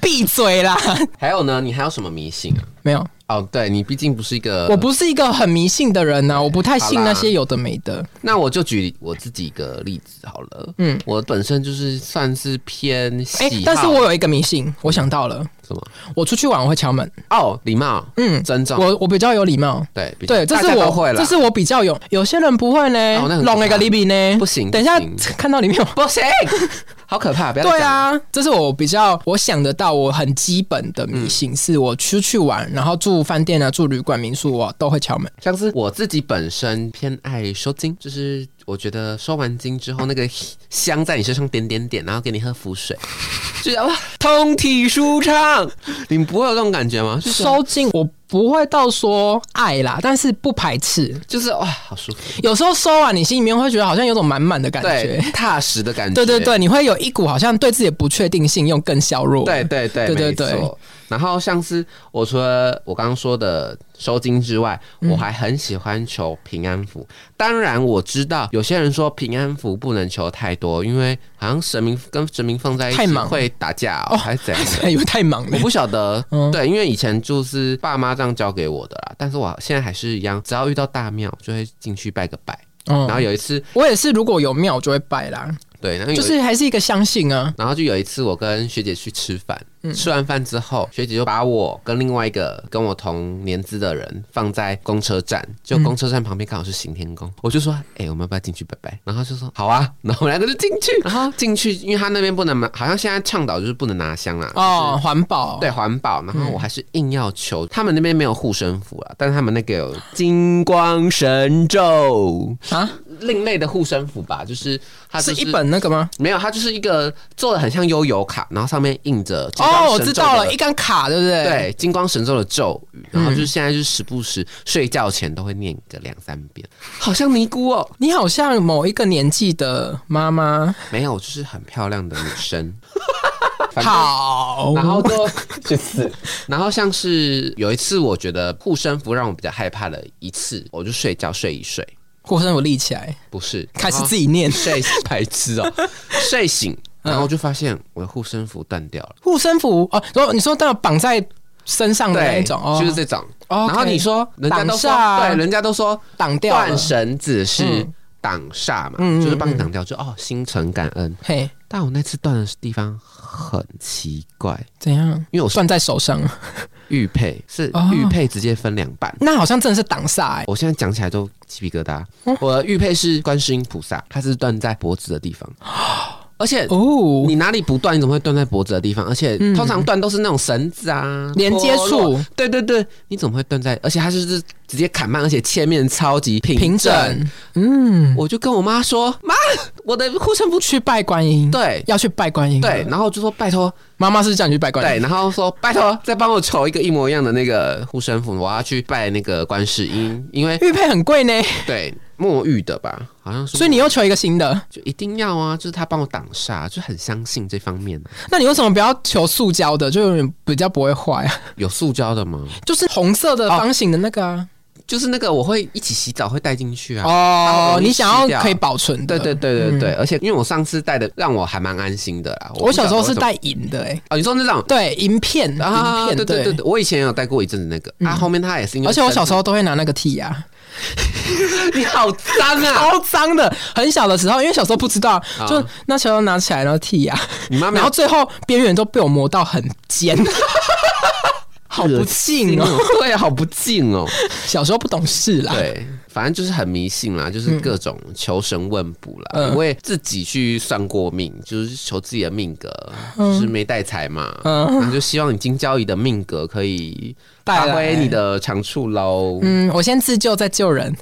Speaker 2: 闭嘴 啦！
Speaker 1: 还有呢？你还有什么迷信啊？
Speaker 2: 没有，
Speaker 1: 哦，对你毕竟不是一个
Speaker 2: 我不是一个很迷信的人啊呐、我不太信
Speaker 1: 好啦
Speaker 2: 那些有的没的。
Speaker 1: 那我就举我自己一个例子好了。
Speaker 2: 嗯
Speaker 1: 嗯，我本身就是算是偏喜
Speaker 2: 哎、
Speaker 1: 好，
Speaker 2: 但是我有一个迷信，我想到了，
Speaker 1: 什么？
Speaker 2: 我出去玩我会敲门。
Speaker 1: 哦，礼貌，
Speaker 2: 嗯，
Speaker 1: 尊重，
Speaker 2: 我我比较有礼貌。
Speaker 1: 对比较
Speaker 2: 对，这是
Speaker 1: 大家
Speaker 2: 我
Speaker 1: 都会了，
Speaker 2: 这是我比较有，有些人不会呢
Speaker 1: 哦那，很可怕
Speaker 2: 弄了一个 l i 呢，
Speaker 1: 不行
Speaker 2: 等一下
Speaker 1: 不行
Speaker 2: 看到里面有
Speaker 1: 不行，哎好可怕，不要再
Speaker 2: 对
Speaker 1: 讲了，
Speaker 2: 啊，这是我比较我想得到我很基本的迷信，
Speaker 1: 嗯
Speaker 2: 是我出去玩，然后住饭店啊、住旅馆、民宿，我都会敲门。
Speaker 1: 像是我自己本身偏爱收金，就是我觉得收完金之后，那个香在你身上点点点，然后给你喝符水，就是哇，通体舒畅，你们不会有这种感觉吗？就是
Speaker 2: 收进我不会到说爱啦，但是不排斥。
Speaker 1: 就是哇，好舒服，
Speaker 2: 有时候收啊完，你心里面会觉得好像有种满满的感
Speaker 1: 对
Speaker 2: 觉。，
Speaker 1: 踏实的感觉，
Speaker 2: 对对对，你会有一股好像对自己的不确定性又更削弱。
Speaker 1: 对，对对
Speaker 2: 对对
Speaker 1: 没错
Speaker 2: 对
Speaker 1: 然后像是我除了我刚刚说的收金之外，
Speaker 2: 嗯
Speaker 1: 我还很喜欢求平安符。当然我知道有些人说平安符不能求太多，因为好像神明跟神明放在一
Speaker 2: 太
Speaker 1: 起
Speaker 2: 忙
Speaker 1: 会打架、哦，还是怎样 的。
Speaker 2: 哎呦，太忙
Speaker 1: 我
Speaker 2: 了。
Speaker 1: 不晓得，
Speaker 2: 嗯
Speaker 1: 对，因为以前就是爸妈这样教给我的啦，但是我现在还是一样，只要遇到大庙就会进去拜个拜。然后
Speaker 2: 嗯，
Speaker 1: 有一次，
Speaker 2: 我也是，如果有庙我就会拜啦，
Speaker 1: 对，然后有一
Speaker 2: 就是还是一个相信啊。
Speaker 1: 然后就有一次，我跟学姐去吃饭，吃完饭之后，学姐就把我跟另外一个跟我同年资的人放在公车站，就公车站旁边刚好是行天宫，我就说，哎、我们要不要进去拜拜？然后她就说好啊，然后我们两个就进 去，然后进去，因为他那边不能拿，好像现在倡导就是不能拿香啦，
Speaker 2: 哦，环保。
Speaker 1: 对环保，然后我还是硬要求、他们那边没有护身符啊，但是他们那个有金光神咒，
Speaker 2: 啊，
Speaker 1: 另类的护身符吧，就是它、就是
Speaker 2: 一本那个吗？
Speaker 1: 没有，它就是一个做的很像悠游卡，然后上面印着金光
Speaker 2: 哦，我
Speaker 1: 神
Speaker 2: 知
Speaker 1: 咒
Speaker 2: 道了，
Speaker 1: 的
Speaker 2: 一张卡，对不对？。
Speaker 1: 对金光神咒的咒语，然后就是现在就是时不时睡觉前都会念个两三遍，
Speaker 2: 嗯
Speaker 1: 好像尼姑哦，
Speaker 2: 你好像某一个年纪的妈妈，
Speaker 1: 没有，就是很漂亮的女生，反正
Speaker 2: 好，
Speaker 1: 然后就去死。然后像是有一次，我觉得护身符让我比较害怕的一次，我就睡觉睡一睡，
Speaker 2: 护身符立起来，
Speaker 1: 不是
Speaker 2: 开始自
Speaker 1: 己
Speaker 2: 己念
Speaker 1: 睡白痴哦、睡醒，
Speaker 2: 嗯
Speaker 1: 然后就发现我的护身符断掉了，
Speaker 2: 护身符哦。然后你说那种绑在身上的那一种哦，
Speaker 1: 就是这种。
Speaker 2: OK
Speaker 1: 然后你说，人家都说
Speaker 2: 挡煞，啊
Speaker 1: 对，人家都说
Speaker 2: 挡掉了
Speaker 1: 断绳子是挡煞嘛，
Speaker 2: 嗯嗯
Speaker 1: 就是帮你挡掉，就哦心存感恩。
Speaker 2: 嘿，
Speaker 1: 但我那次断的地方很奇怪，
Speaker 2: 怎样？
Speaker 1: 因为我是
Speaker 2: 攥在手上，
Speaker 1: 玉佩，是
Speaker 2: 哦
Speaker 1: 玉佩直接分两半。
Speaker 2: 那好像真的是挡煞哎、
Speaker 1: 我现在讲起来都鸡皮疙瘩。
Speaker 2: 哦
Speaker 1: 我的玉佩是观世音菩萨，它是断在脖子的地 方，而且
Speaker 2: 哦，
Speaker 1: 你哪里不断，你怎么会断在脖子的地方？而且通常断都是那种绳子啊，
Speaker 2: 连接处
Speaker 1: 脱落。对对对，你怎么会断在？而且它就是直接砍慢，而且切面超级平
Speaker 2: 平
Speaker 1: 整
Speaker 2: 整。，嗯，
Speaker 1: 我就跟我妈说：“妈，我的护身符
Speaker 2: 去拜观音，，
Speaker 1: 对。”
Speaker 2: 要去拜观音，
Speaker 1: 对，，然后就说拜托，
Speaker 2: 妈妈是叫你去拜
Speaker 1: 嗯
Speaker 2: 观
Speaker 1: 对，
Speaker 2: 音，
Speaker 1: 然后说拜托，再帮我求一个一模一样的那个护身符，我要去拜那个观世音，因 为
Speaker 2: 玉佩很贵呢，
Speaker 1: 对墨玉的吧，好像是
Speaker 2: 所以你又求一个新的，
Speaker 1: 就一定要啊，就是他帮我挡煞，就很相信这方面、啊
Speaker 2: 那你为什么不要求塑胶的，就有点比较不会坏啊？
Speaker 1: 有塑胶的吗？
Speaker 2: 就是红色的
Speaker 1: 哦
Speaker 2: 方形的那个啊，
Speaker 1: 就是那个我会一起洗澡会带进去啊。
Speaker 2: 哦
Speaker 1: 它，会
Speaker 2: 你想
Speaker 1: 吸
Speaker 2: 要
Speaker 1: 掉
Speaker 2: 可以保存的，
Speaker 1: 对对对对对，而且因为我上次带的让我还蛮安心的啦。
Speaker 2: 嗯我小时候是
Speaker 1: 带
Speaker 2: 带银的、欸，
Speaker 1: 哦，你说那种
Speaker 2: 对，银片，银
Speaker 1: 啊，
Speaker 2: 片，嗯
Speaker 1: 对对对对，我以前有带过一阵子那个啊，后面他也是因为，
Speaker 2: 而且我小时
Speaker 1: 候
Speaker 2: 候都会拿那个剔牙，
Speaker 1: 你好脏啊，
Speaker 2: 超脏的。很小的时候，因为小时候不知道，
Speaker 1: 啊
Speaker 2: 就那时候拿起来然后剔牙，
Speaker 1: 你妈没有
Speaker 2: 然后最后边缘都被我磨到很尖，好不
Speaker 1: 劲
Speaker 2: 敬哦。
Speaker 1: 哦，对啊，好不敬 哦，
Speaker 2: 小时候不懂事啦，
Speaker 1: 对，反正就是很迷信啦，就是各种求神问卜啦。
Speaker 2: 嗯
Speaker 1: 我也自己去算过命，就是求自己的命格，就是没带财嘛，
Speaker 2: 嗯
Speaker 1: 然后就希望你金交易的命格可以
Speaker 2: 带
Speaker 1: 发
Speaker 2: 来
Speaker 1: 挥你的长处喽。
Speaker 2: 嗯，我先自救再救人。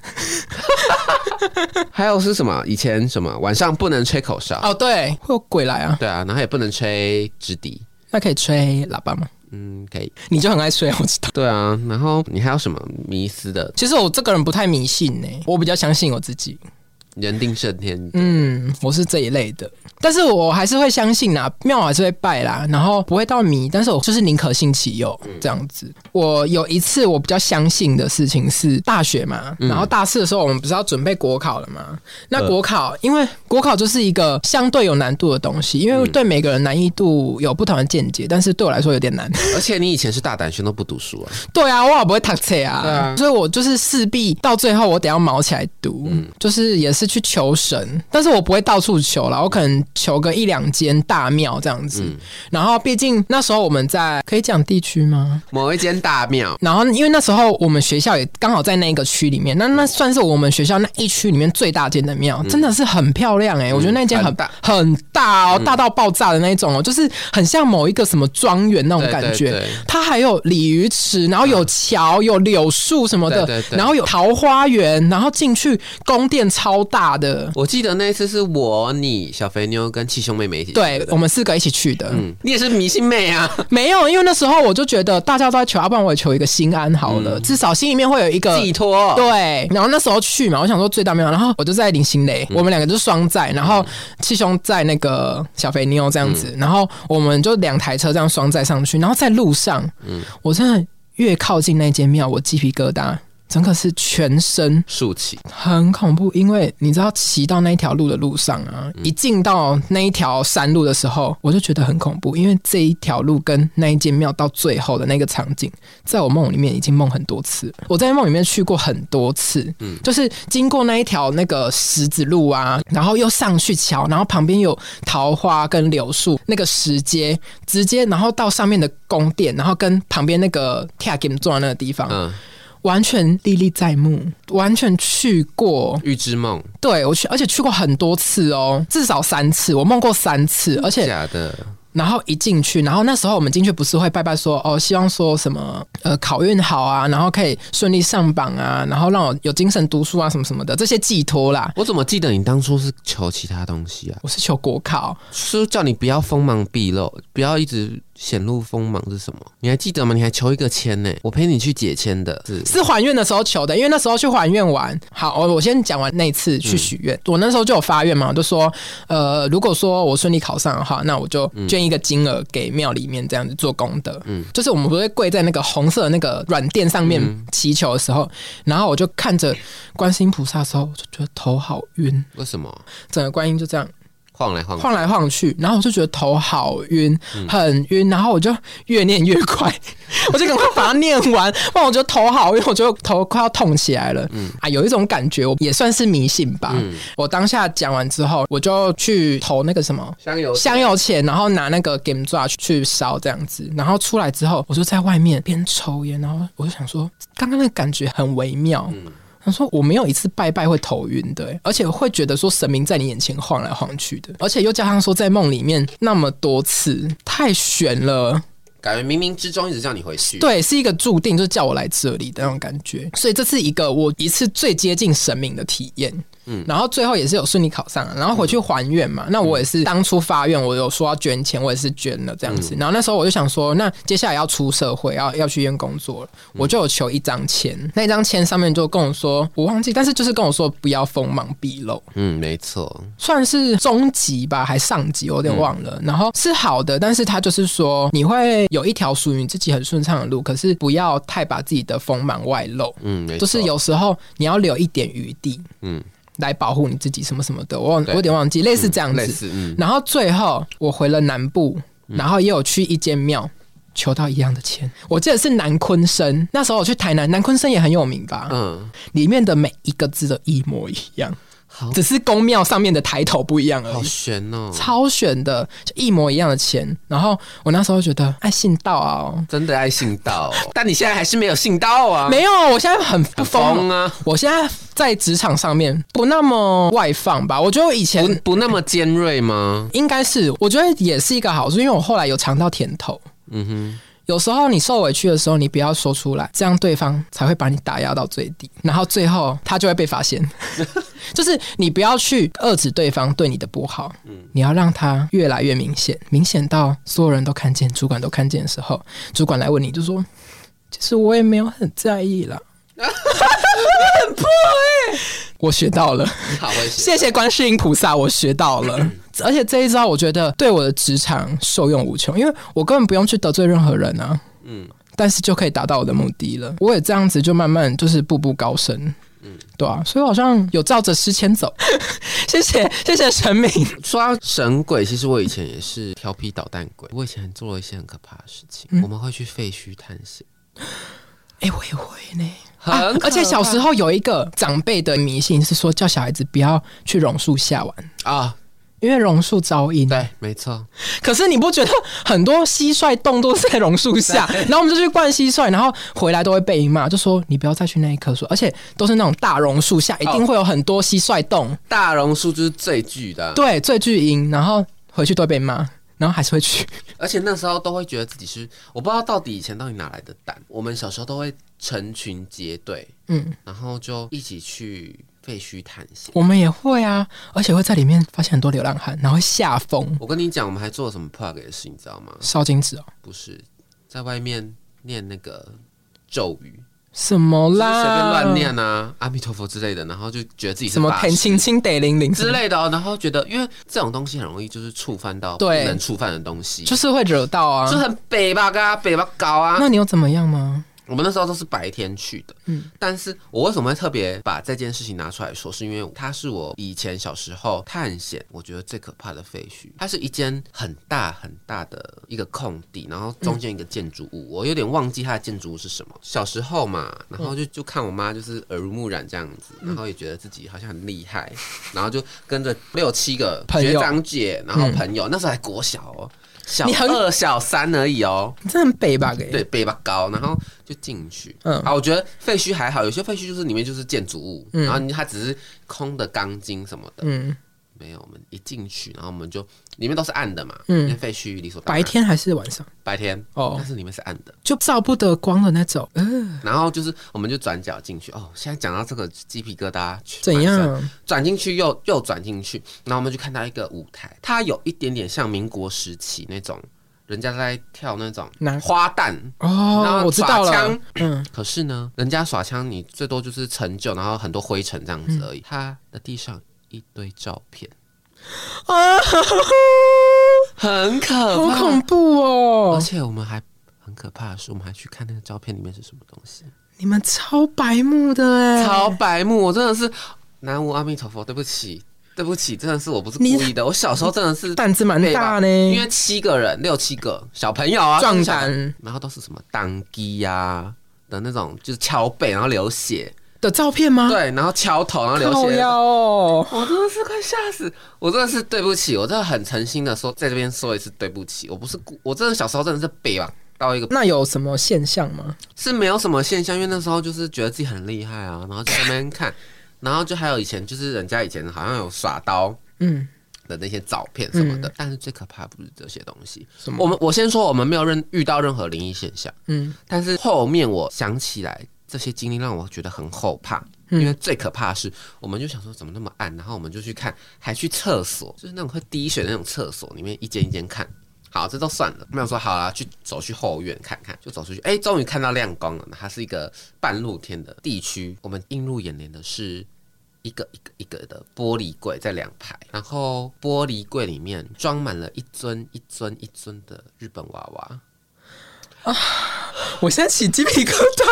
Speaker 1: 还有是什么？以前什么晚上不能吹口哨，
Speaker 2: 哦，对，会有鬼来啊，
Speaker 1: 对啊，然后也不能吹直笛，
Speaker 2: 那可以吹喇叭吗？
Speaker 1: 嗯，可以，
Speaker 2: 你就很爱吹，我知道。
Speaker 1: 对啊，然后你还有什么迷思的？
Speaker 2: 其实我这个人不太迷信呢、我比较相信我自己。
Speaker 1: 人定胜天，
Speaker 2: 嗯，我是这一类的，但是我还是会相信啦，庙我还是会拜啦，然后不会到迷，但是我就是宁可信其有这样子。我有一次我比较相信的事情是大学嘛，然后大四的时候我们不是要准备国考了嘛？那国考，因为国考就是一个相对有难度的东西，因为对每个人难易度有不同的见解，但是对我来说有点难。
Speaker 1: 而且你以前是大胆宣都不读书啊，
Speaker 2: 对啊，我也不会读册啊，
Speaker 1: 对啊
Speaker 2: 所以我就是势必到最后我得要毛起来读，
Speaker 1: 嗯
Speaker 2: 就是也是去求神，但是我不会到处求啦，我可能求个一两间大庙这样
Speaker 1: 嗯
Speaker 2: 子。然后毕竟那时候我们在可以讲地区吗？
Speaker 1: 某一间大庙，
Speaker 2: 然后因为那时候我们学校也刚好在那个区里面，
Speaker 1: 嗯
Speaker 2: 那那算是我们学校那一区里面最大间的庙，真的是很漂亮哎、我觉得那间很
Speaker 1: 嗯很大嗯
Speaker 2: 很大哦，大到爆炸的那一种哦，就是很像某一个什么庄园 那种
Speaker 1: 对
Speaker 2: 感
Speaker 1: 对
Speaker 2: 觉。
Speaker 1: 对
Speaker 2: 它还有鲤鱼池，然后有桥、有柳树什么的，
Speaker 1: 对对对
Speaker 2: 然后有桃花源，然后进去宫殿超大的。
Speaker 1: 我记得那一次是我、你、小肥妞跟七兄妹妹一起去
Speaker 2: 对
Speaker 1: 的，
Speaker 2: 我们四个一起去的，
Speaker 1: 嗯，你也是迷信妹啊，
Speaker 2: 没有，因为那时候我就觉得大家都在求，要啊不然我也求一个心安好了，
Speaker 1: 嗯
Speaker 2: 至少心里面会有一个
Speaker 1: 寄托。
Speaker 2: 呃对，然后那时候去嘛，我想说最大没有，然后我就在林心蕾，我们两个就是双载，然后七兄在那个小肥妞这样子，然后我们就两台车这样双载上去，然后在路上，我真的越靠近那间庙，我鸡皮疙瘩。整个是全身
Speaker 1: 竖起，
Speaker 2: 很恐怖，因为你知道骑到那一条路的路上啊，一进到那一条山路的时候，我就觉得很恐怖，因为这一条路跟那一间庙到最后的那个场景，在我梦里面已经梦很多次了，我在梦里面去过很多次，就是经过那一条那个石子路啊，然后又上去桥，然后旁边有桃花跟柳树那个石阶，直接然后到上面的宫殿，然后跟旁边那个 t a g i m 坐的那个地方，
Speaker 1: 嗯，
Speaker 2: 完全历历在目，完全去过。
Speaker 1: 预知梦，
Speaker 2: 对我去，而且去过很多次哦，至少三次，我梦过三次，而且
Speaker 1: 假的，
Speaker 2: 然后一进去，然后那时候我们进去不是会拜拜说哦，希望说什么呃考运好啊，然后可以顺利上榜啊，然后让我有精神读书啊什么什么的这些寄托啦。
Speaker 1: 我怎么记得你当初是求其他东西啊？
Speaker 2: 我是求国考，
Speaker 1: 是叫你不要锋芒毕露，不要一直显露锋芒是什么？你还记得吗？你还求一个签呢、我陪你去解签的，是
Speaker 2: 是还愿的时候求的，因为那时候去还愿完，好，我我先讲完那一次去许愿，我那时候就有发愿嘛，我就说，呃，如果说我顺利考上的话，那我就捐一个金额给庙里面这样子做功德，嗯，就是我们不是跪在那个红色的那个软垫上面祈求的时候，然后我就看着观世音菩萨的时候，我就觉得头好晕，
Speaker 1: 为什么
Speaker 2: 整个观音就这样
Speaker 1: 晃来晃去？
Speaker 2: 晃来晃去，然后我就觉得头好晕，很晕，然后我就越念越快，我就赶快把它念完，不然我觉得头好晕，我觉得头快要痛起来了。啊，有一种感觉，我也算是迷信
Speaker 1: 啊
Speaker 2: 吧。
Speaker 1: 嗯
Speaker 2: 我当下讲完之后，我就去投那个什么。
Speaker 1: 香油
Speaker 2: 香油钱，然后拿那个 game jar 去烧这样子，然后出来之后，我就在外面边抽烟，然后我就想说，刚刚那个感觉很微妙。他说我没有一次拜拜会头晕的、欸而且会觉得说神明在你眼前晃来晃去的，而且又加上说在梦里面那么多次，太悬了。
Speaker 1: 感觉冥冥之中一直叫你回去。
Speaker 2: 对，是一个注定，就叫我来这里的那种感觉。所以这是一个我一次最接近神明的体验。嗯，然后最后也是有顺利考上，然后回去还愿嘛。那我也是当初发愿，我有说要捐钱，我也是捐了这样子。然后那时候我就想说，那接下来要出社会，要要去医院工作了，我就有求一张签，那张签上面就跟我说，我忘记，但是就是跟我说不要锋芒毕露。
Speaker 1: 嗯，没错，
Speaker 2: 算是中级吧，还上级，我有点忘
Speaker 1: 嗯
Speaker 2: 了。然后是好的，但是他就是说你会有一条属于你自己很顺畅的路，可是不要太把自己的锋芒外露，
Speaker 1: 嗯，没错，
Speaker 2: 就是有时候你要留一点余地，
Speaker 1: 嗯
Speaker 2: 嗯，来保护你自己什么什么的。我忘，我
Speaker 1: 对
Speaker 2: 有点忘记，类似这样
Speaker 1: 类
Speaker 2: 子。
Speaker 1: 似，嗯，
Speaker 2: 然后最后我回了南部，然后也有去一间庙。求到一样的钱，我记得是南昆生。那时候我去台南，南昆生也很有名吧？
Speaker 1: 嗯，
Speaker 2: 里面的每一个字都一模一样，
Speaker 1: 好
Speaker 2: 只是宫庙上面的抬头不一样而
Speaker 1: 好
Speaker 2: 已。
Speaker 1: 悬哦，
Speaker 2: 超选的，就一模一样的钱。然后我那时候觉得，哎，信道啊、哦，
Speaker 1: 真的爱信道哦， 但你现在还是没有信道啊，
Speaker 2: 没有，我现在很不
Speaker 1: 很
Speaker 2: 疯
Speaker 1: 疯，啊，
Speaker 2: 我现在在职场上面不那么外放吧。我觉得我以
Speaker 1: 不
Speaker 2: 前
Speaker 1: 不那么尖锐吗？
Speaker 2: 应该是，我觉得也是一个好处，因为我后来有尝到甜头。
Speaker 1: 嗯
Speaker 2: 有时候你受委屈的时候，你不要说出来，这样对方才会把你打压到最低，然后最后他就会被发现。 就是你不要去遏制对方对你的不好，你要让他越来越明显，明显到所有人都看见，主管都看见的时候，主管来问你就说：“其实我也没有很在意啦。”很破哎、 我学到了。
Speaker 1: 哼，好危险，
Speaker 2: 谢谢观世音菩萨，我学到了。而且这一招，我觉得对我的职场受用无穷，因为我根本不用去得罪任何人啊。
Speaker 1: 嗯
Speaker 2: 嗯，但是就可以达到我的目的了。我也这样子，就慢慢就是步步高升。嗯，对啊，所以我好像有照着诗签走。 谢 谢，谢谢神明。
Speaker 1: 说到神鬼，其实我以前也是调皮捣蛋鬼，我以前做了一些很可怕的事情，
Speaker 2: 嗯
Speaker 1: 我们会去废墟探险，
Speaker 2: 哎、我也会呢。
Speaker 1: 很
Speaker 2: 啊
Speaker 1: 可怕、
Speaker 2: 而且小时候有一个长辈的迷信是说，叫小孩子不要去榕树下玩，
Speaker 1: 啊，
Speaker 2: 因为榕树招阴。
Speaker 1: 对，没错，
Speaker 2: 可是你不觉得很多蟋蟀洞都是在榕 树下，然后我们就去灌蟋蟀，然后回来都会被骂，就说你不要再去那一棵树，而且都是那种大榕树下，一定会有很多蟋蟀洞，
Speaker 1: 大榕树就是最巨的啊、
Speaker 2: 对，最巨婴，然后回去都会被骂，然后还是会去，
Speaker 1: 而且那时候都会觉得自己是，我不知道到底以前到底哪来的胆。我们小时候都会成群结队，
Speaker 2: 嗯，
Speaker 1: 然后就一起去废墟探险。
Speaker 2: 我们也会啊，而且会在里面发现很多流浪汉，然后会吓疯，
Speaker 1: 我跟你讲，我们还做了什么 plug 的事，你知道吗？
Speaker 2: 烧金纸哦，
Speaker 1: 不是在外面念那个咒语，
Speaker 2: 什么
Speaker 1: 就是
Speaker 2: 啦，
Speaker 1: 随便乱，念啊，阿弥陀佛之类的，然后就觉得自己是
Speaker 2: 什么
Speaker 1: 法
Speaker 2: 田
Speaker 1: 师
Speaker 2: 青青得零零
Speaker 1: 之，类的哦、然后觉得因为这种东西很容易就是触犯到不
Speaker 2: 对
Speaker 1: 能触犯的东西，
Speaker 2: 就
Speaker 1: 就是
Speaker 2: 会惹到啊。
Speaker 1: 很北吧，嘎北吧搞啊。
Speaker 2: 那你有怎么样吗？
Speaker 1: 我们那时候都是白天去的，嗯，但是我为什么会特别把这件事情拿出来说，是因为它是我以前小时候探险，我觉得最可怕的废墟。它是一间很大很大的一个空地，然后中间一个建筑物，我有点忘记它的建筑物是什
Speaker 2: 嗯
Speaker 1: 么。小时候嘛，然后就就看我妈就是耳濡目染这样子，然后也觉得自己好像很厉害，然后就跟着六七个
Speaker 2: 朋
Speaker 1: 学
Speaker 2: 友
Speaker 1: 长姐，然后朋友，那时候还国小哦，小
Speaker 2: 嗯你很
Speaker 1: 二小三而已哦，
Speaker 2: 你真的很北吧？给，
Speaker 1: 对，背吧高，然后就进去。嗯
Speaker 2: 嗯，
Speaker 1: 啊，我觉得废墟还好，有些废墟就是里面就是建筑物，然后你它只是空的钢筋什么的。
Speaker 2: 嗯，
Speaker 1: 没有，我们一进去，然后我们就里面都是暗的嘛，
Speaker 2: 嗯
Speaker 1: 因为废墟理所当
Speaker 2: 白
Speaker 1: 然
Speaker 2: 天还是晚上？
Speaker 1: 白天
Speaker 2: 哦
Speaker 1: 但是里面是暗的。
Speaker 2: 就照不得光的那种。嗯、
Speaker 1: 然后就是我们就转角进去，哦，现在讲到这个鸡皮疙瘩，
Speaker 2: 怎
Speaker 1: 满身？
Speaker 2: 样？
Speaker 1: 转进去又又转进去，然后我们就看到一个舞台，它有一点点像民国时期那种人家在跳那种
Speaker 2: 哪
Speaker 1: 花旦，然
Speaker 2: 哦
Speaker 1: 后，
Speaker 2: 我知道
Speaker 1: 耍
Speaker 2: 了
Speaker 1: 枪，
Speaker 2: 嗯，
Speaker 1: 可是呢，人家耍枪你最多就是成就，然后很多灰尘这样子而已。他的地上一堆照片，
Speaker 2: 啊，
Speaker 1: 很可
Speaker 2: 好
Speaker 1: 怕，
Speaker 2: 恐怖
Speaker 1: 而
Speaker 2: 哦！
Speaker 1: 且我们还很可怕的是，我们还去看那个照片里面是什么东西，
Speaker 2: 你们超白目的哎，
Speaker 1: 超白目，我真的是南无阿弥陀佛，对不起。对不起，真的是我不是故意的。我小时候真的是
Speaker 2: 胆子蛮
Speaker 1: 对吧
Speaker 2: 大呢，
Speaker 1: 因为七个人，六七个小朋友啊，
Speaker 2: 壮
Speaker 1: 小朋友
Speaker 2: 胆
Speaker 1: 然后都是什么当机呀的那种，就是敲背然后流血，
Speaker 2: 的照片吗？
Speaker 1: 对，然后敲头然后流
Speaker 2: 靠
Speaker 1: 血，
Speaker 2: 腰哦，
Speaker 1: 我真的是快吓死！我真的是对不起，我真的很诚心的说，在这边说一次对不起，我不是故，我真的小时候真的是北吧到一个
Speaker 2: 那有什么现象吗？
Speaker 1: 是没有什么现象，因为那时候就是觉得自己很厉害啊，然后就在那边看，然后就还有以前就是人家以前好像有耍刀。
Speaker 2: 嗯，
Speaker 1: 的那些照片什么的，但是最可怕的不是这些东西。
Speaker 2: 什么
Speaker 1: 我们我先说，我们没有任遇到任何灵异现象，
Speaker 2: 嗯，
Speaker 1: 但是后面我想起来这些经历让我觉得很后怕，因为最可怕的是，我们就想说怎么那么暗，然后我们就去看，还去厕所，就是那种会滴水的那种厕所里面一间一间看。好，这都算了。我们想说好啦，去走去后院看看，就走出去，哎、终于看到亮光了。它是一个半露天的地区，我们映入眼帘的是一个一个一个的玻璃柜在两排，然后玻璃柜里面装满了一尊一尊一尊的日本娃娃，
Speaker 2: 我现在起鸡皮疙瘩。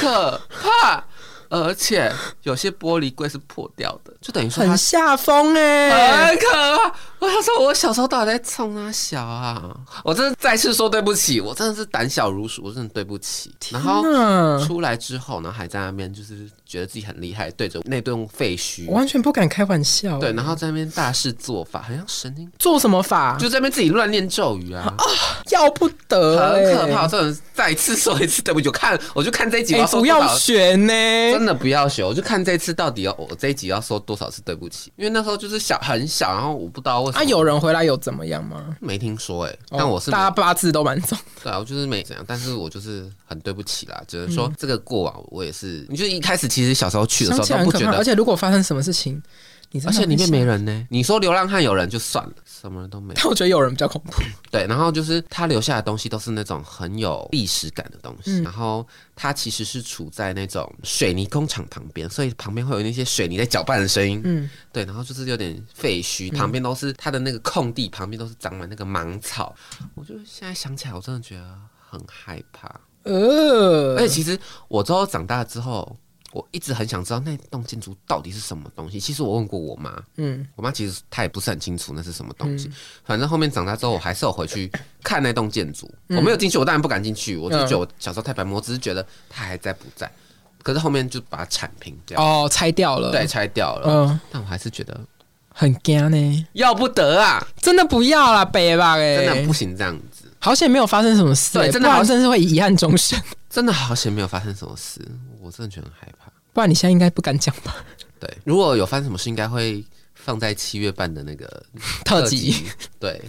Speaker 1: 可怕，而且有些玻璃柜是破掉的，就等于说它
Speaker 2: 很下风哎、
Speaker 1: 很可怕。我想说，我小时候到底在冲他小啊？我真的再次说对不起，我真的是胆小如鼠，我真的对不起。然后
Speaker 2: 嗯，
Speaker 1: 出来之后，然后还在那边就是觉得自己很厉害，对着那栋废墟
Speaker 2: 我，完全不敢开玩笑。
Speaker 1: 对，，然后在那边大肆做法，好像神经，
Speaker 2: 做什么法
Speaker 1: 就在那边自己乱念咒语啊，
Speaker 2: 要不得、
Speaker 1: 很
Speaker 2: 欸，
Speaker 1: 可怕。我真的再次说一次对不起，我看我就看这一集我
Speaker 2: 哎、
Speaker 1: 要说
Speaker 2: 不
Speaker 1: 多少
Speaker 2: 要学呢、
Speaker 1: 真的不要学，我就看这次到底要我这一集要说多少次对不起，因为那时候就是小很小，然后我不知道为什么。
Speaker 2: 啊，有人回来有怎么样吗？
Speaker 1: 没听说哎、
Speaker 2: 哦
Speaker 1: 但我是没
Speaker 2: 大家八字都蛮重，
Speaker 1: 对啊，我就是没怎样，但是我就是很对不起啦，只能说这个过往我也是，你就一开始其实小时候去的时
Speaker 2: 想
Speaker 1: 候
Speaker 2: 起来
Speaker 1: 都
Speaker 2: 很
Speaker 1: 不
Speaker 2: 可
Speaker 1: 觉
Speaker 2: 怕。而
Speaker 1: 得，
Speaker 2: 且如果发生什么事情，你真
Speaker 1: 而
Speaker 2: 的
Speaker 1: 且里面没
Speaker 2: 人，
Speaker 1: 人呢。你说流浪汉有人就算了，什么人都没有。
Speaker 2: 但我觉得有人比较恐怖。
Speaker 1: 对，然后就是他留下的东西都是那种很有历史感的东西，
Speaker 2: 嗯
Speaker 1: 然后它其实是处在那种水泥工厂旁边，所以旁边会有那些水泥在搅拌的声音。
Speaker 2: 嗯，
Speaker 1: 对，然后就是有点废墟，旁边都是它的那个空地，旁边都是长满那个芒草。我就现在想起来，我真的觉得很害怕。
Speaker 2: 呃，
Speaker 1: 而且其实我之后长大之后，我一直很想知道那栋建筑到底是什么东西。其实我问过我妈，
Speaker 2: 嗯，
Speaker 1: 我妈其实她也不是很清楚那是什么东西。反正后面长大之后，我还是有回去看那栋建筑。
Speaker 2: 嗯
Speaker 1: 我没有进去，我当然不敢进去。我就觉得我小时候太白目，我只是觉得它还在不在。可是后面就把它铲平掉，
Speaker 2: 哦，拆掉了，
Speaker 1: 对，，拆掉了。
Speaker 2: 嗯、
Speaker 1: 但我还是觉得
Speaker 2: 很惊呢，
Speaker 1: 要不得啊！
Speaker 2: 真的不要啦，北吧哎、
Speaker 1: 真的不行这样子，
Speaker 2: 好险没有发生什么事、欸，
Speaker 1: 对真的
Speaker 2: 不
Speaker 1: 好
Speaker 2: 然真是会遗憾终身。
Speaker 1: 真的好险没有发生什么事，我真的觉得很害怕。
Speaker 2: 不然你现在应该不敢讲吧？嗯
Speaker 1: 对，如果有发生什么事，应该会放在七月半的那个
Speaker 2: 特辑。，
Speaker 1: 对，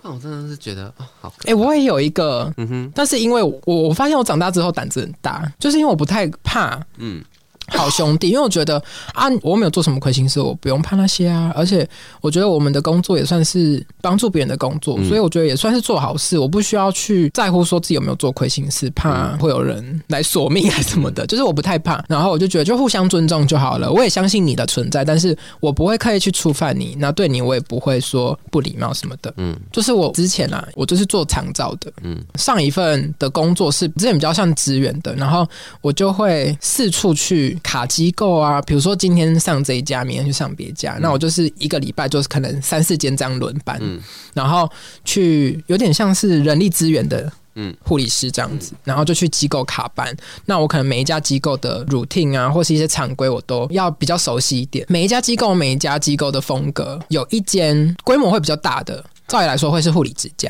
Speaker 1: 不然我真的是觉得哦，好可
Speaker 2: 哎、我也有一个，
Speaker 1: 嗯哼，
Speaker 2: 但是因为我我发现我长大之后胆子很大，就是因为我不太怕
Speaker 1: 嗯，
Speaker 2: 好兄弟，因为我觉得啊，我没有做什么亏心事，我不用怕那些啊。而且我觉得我们的工作也算是帮助别人的工作，所以我觉得也算是做好事，我不需要去在乎说自己有没有做亏心事，怕会有人来索命还是什么的，就是我不太怕。然后我就觉得就互相尊重就好了，我也相信你的存在，但是我不会刻意去触犯你，那对你我也不会说不礼貌什么的。
Speaker 1: 嗯
Speaker 2: 嗯，就是我之前啊，我就是做长照的，
Speaker 1: 嗯
Speaker 2: 嗯，上一份的工作是之前比较像职员的，然后我就会四处去卡机构啊，比如说今天上这一家，明天去上别家，那我就是一个礼拜就是可能三四间这样轮班，
Speaker 1: 嗯
Speaker 2: 然后去有点像是人力资源的。嗯
Speaker 1: 嗯，
Speaker 2: 护理师这样子，然后就去机构卡班。那我可能每一家机构的 routine 啊，或是一些常规，我都要比较熟悉一点。每一家机构，每一家机构的风格，有一间规模会比较大的，照理来说会是护理之家，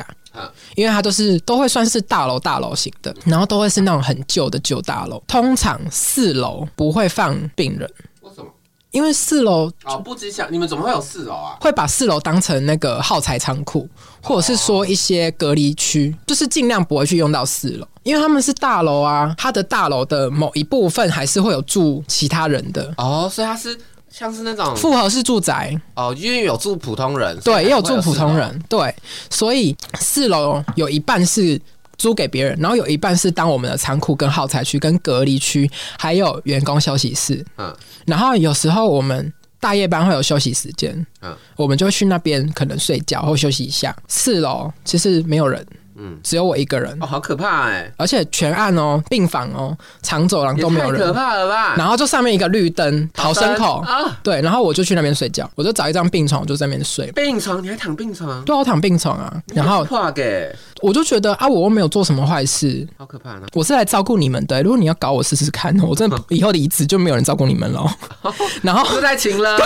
Speaker 2: 因为它都是都会算是大楼大楼型的，然后都会是那种很旧的旧大楼。通常四楼不会放病人，
Speaker 1: 为什么？
Speaker 2: 因为四楼
Speaker 1: 哦，不吉祥，你们怎么会有四楼啊？
Speaker 2: 会把四楼当成那个耗材仓库，或者是说一些隔离区，
Speaker 1: 哦
Speaker 2: 就是尽量不会去用到四楼，因为他们是大楼啊，它的大楼的某一部分还是会有住其他人的。
Speaker 1: 哦，所以它是像是那种
Speaker 2: 复合式住宅，
Speaker 1: 哦，因为有住普通人，所以
Speaker 2: 对，也有
Speaker 1: 才会
Speaker 2: 住普通
Speaker 1: 四楼，
Speaker 2: 人，对，所以四楼有一半是租给别人，然后有一半是当我们的仓库、跟耗材区、跟隔离区，还有员工休息室。
Speaker 1: 嗯
Speaker 2: 然后有时候我们大夜班会有休息时间，
Speaker 1: 嗯
Speaker 2: 我们就去那边可能睡觉或休息一下。四楼其实没有人，
Speaker 1: 嗯，
Speaker 2: 只有我一个人，
Speaker 1: 哦，好可怕哎，
Speaker 2: 而且全暗哦，病房哦，长走廊
Speaker 1: 也
Speaker 2: 都没有
Speaker 1: 太哦可
Speaker 2: 人，
Speaker 1: 怕了吧？
Speaker 2: 然后就上面一个绿灯，逃生口。
Speaker 1: 啊，
Speaker 2: 对，然后我就去那边睡觉，我就找一张病床，我就在那边睡。
Speaker 1: 病床，你还躺病床，
Speaker 2: 对啊，我躺病床啊，然后
Speaker 1: 跨给，
Speaker 2: 我就觉得啊，我又没有做什么坏事，
Speaker 1: 欸好可 怕呢。
Speaker 2: 我是来照顾你们的、如果你要搞我试试看，我 真的以后离职就没有人照顾你们了。然后，
Speaker 1: 又在晴了，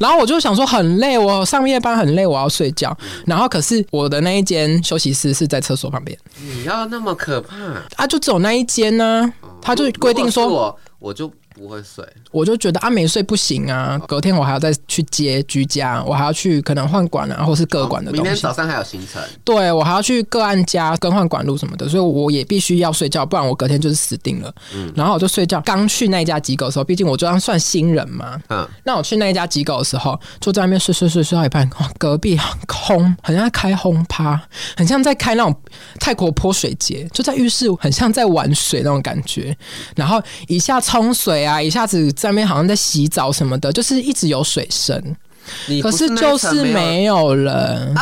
Speaker 2: 然后我就想说很累，我上夜班很累，我要睡觉。然后可是我的那一间休息室是在厕所旁边
Speaker 1: 你要那么可怕？
Speaker 2: 啊，就只有那一间呢、他就规定
Speaker 1: 如
Speaker 2: 说，
Speaker 1: 果是我我就不会睡，
Speaker 2: 我就觉得啊没睡不行啊，隔天我还要再去接居家，我还要去可能换管啊，或是各管
Speaker 1: 哦
Speaker 2: 的
Speaker 1: 明
Speaker 2: 东
Speaker 1: 天
Speaker 2: 西。
Speaker 1: 早上还有行程，
Speaker 2: 对我还要去个案家更换管路什么的，所以我也必须要睡觉，不然我隔天就是死定了。
Speaker 1: 嗯
Speaker 2: 然后我就睡觉。刚去那一家机构的时候，毕竟我就算算新人嘛。
Speaker 1: 嗯，
Speaker 2: 那我去那一家机构的时候，就在那边睡睡睡睡到一半，哇，隔壁 很空，很像在开轰趴，很像在开那种泰国泼水节，就在浴室，很像在玩水那种感觉。然后一下冲水啊，一下子在那边好像在洗澡什么的，就是一直有水声。
Speaker 1: 你
Speaker 2: 可
Speaker 1: 不
Speaker 2: 是
Speaker 1: 那
Speaker 2: 就
Speaker 1: 一层
Speaker 2: 是
Speaker 1: 有啊
Speaker 2: 没有人。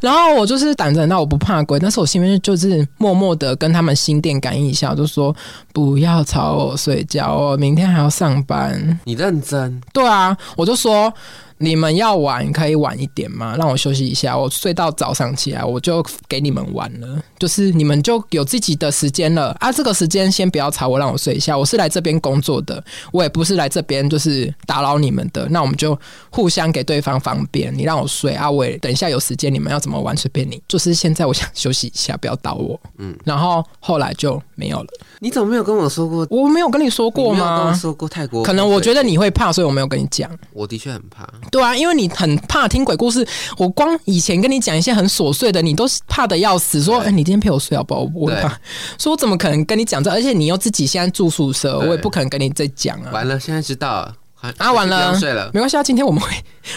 Speaker 2: 然后我就是胆子很大，我不怕鬼，但是我心里面就是默默的跟他们心电感应一下，我就说不要吵我睡觉，我明天还要上班。
Speaker 1: 你认真，
Speaker 2: 对啊，我就说你们要玩可以晚一点吗？让我休息一下，我睡到早上起来我就给你们玩了，就是你们就有自己的时间了啊。这个时间先不要吵我，让我睡一下。我是来这边工作的，我也不是来这边就是打扰你们的。那我们就互相给对方方便，你让我睡啊，我也等一下有时间你们要怎么玩随便你。就是现在我想休息一下，不要打我。嗯，然后后来就没有了。
Speaker 1: 你怎么没有跟我说过？
Speaker 2: 我没有跟你说过
Speaker 1: 你没有跟我
Speaker 2: 吗？
Speaker 1: 说过泰国，
Speaker 2: 可能我觉得你会怕，所以我没有跟你讲。
Speaker 1: 我的确很怕，
Speaker 2: 对啊，因为你很怕听鬼故事，我光以前跟你讲一些很琐碎的，你都是怕的要死，说、
Speaker 1: 对
Speaker 2: 哎，你今天陪我睡好不好？我不会
Speaker 1: 对
Speaker 2: 怕，说我怎么可能跟你讲这？而且你又自己现在住宿舍，
Speaker 1: 对
Speaker 2: 我也不可能跟你再讲啊。
Speaker 1: 完了，现在知道了，还
Speaker 2: 啊，完
Speaker 1: 不
Speaker 2: 了
Speaker 1: 用睡，了。
Speaker 2: 没关系啊，今天我们会，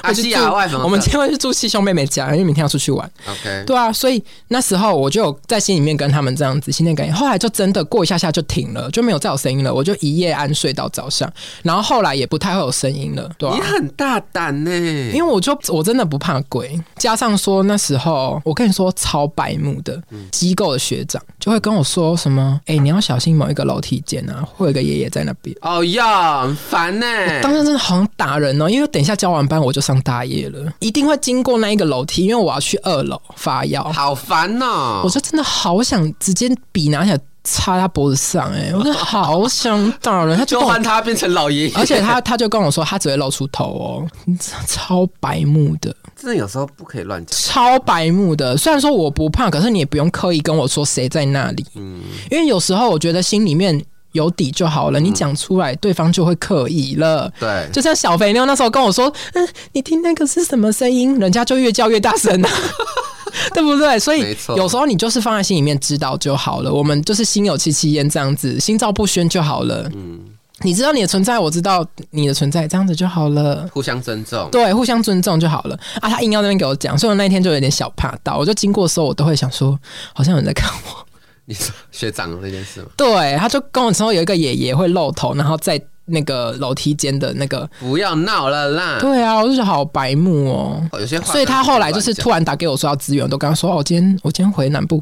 Speaker 1: 阿
Speaker 2: 我去
Speaker 1: 西
Speaker 2: 住
Speaker 1: 亚啊外房，
Speaker 2: 我们今天会去住七兄妹妹家，因为明天要出去玩。
Speaker 1: OK，
Speaker 2: 对啊，所以那时候我就有在心里面跟他们这样子心电感应，后来就真的过一下下就停了，就没有再有声音了，我就一夜安睡到早上，然后后来也不太会有声音了，对啊
Speaker 1: 你很大胆呢，
Speaker 2: 因为我就我真的不怕鬼，加上说那时候我跟你说超白目的
Speaker 1: 嗯
Speaker 2: 机构的学长就会跟我说什么，哎、你要小心某一个楼梯间啊，会有一个爷爷在那边。
Speaker 1: 哦呀，很烦呢。
Speaker 2: 当时真的好像打人哦，因为等一下交完班我就上大夜了，一定会经过那一个楼梯，因为我要去二楼发药。
Speaker 1: 好烦哦
Speaker 2: 我！就真的好想直接笔拿起来插他脖子上、哎，我真的好想打人。他就
Speaker 1: 就
Speaker 2: 跟我
Speaker 1: 换他变成老爷爷，
Speaker 2: 而且他他就跟我说，他只会露出头哦，你真的超白目的。
Speaker 1: 真的有时候不可以乱讲。
Speaker 2: 超白目的。虽然说我不胖，可是你也不用刻意跟我说谁在那里，
Speaker 1: 嗯，
Speaker 2: 因为有时候我觉得心里面有底就好了，你讲出来，对方就会刻意了。
Speaker 1: 对，
Speaker 2: 就像小肥妞那时候跟我说：“嗯，你听那个是什么声音？”人家就越叫越大声啊， 对不对？所以
Speaker 1: 没错
Speaker 2: 有时候你就是放在心里面知道就好了。我们就是心有戚戚焉这样子，心照不宣就好了。嗯，你知道你的存在，我知道你的存在，这样子就好了。
Speaker 1: 互相尊重。
Speaker 2: 对，互相尊重就好了啊！他硬要那边给我讲，所以我那一天就有点小怕到，我就经过的时候，我都会想说，好像有人在看我。
Speaker 1: 你说 学长那件事吗？
Speaker 2: 对，他就跟我说有一个爷爷会露头，然后在那个楼梯间的那个，
Speaker 1: 不要闹了啦！
Speaker 2: 对啊，我就觉得好白目哦。
Speaker 1: 哦有些话，
Speaker 2: 所以他后来就是突然打给我说要支援，我都跟他说哦，我今天我今天回南部，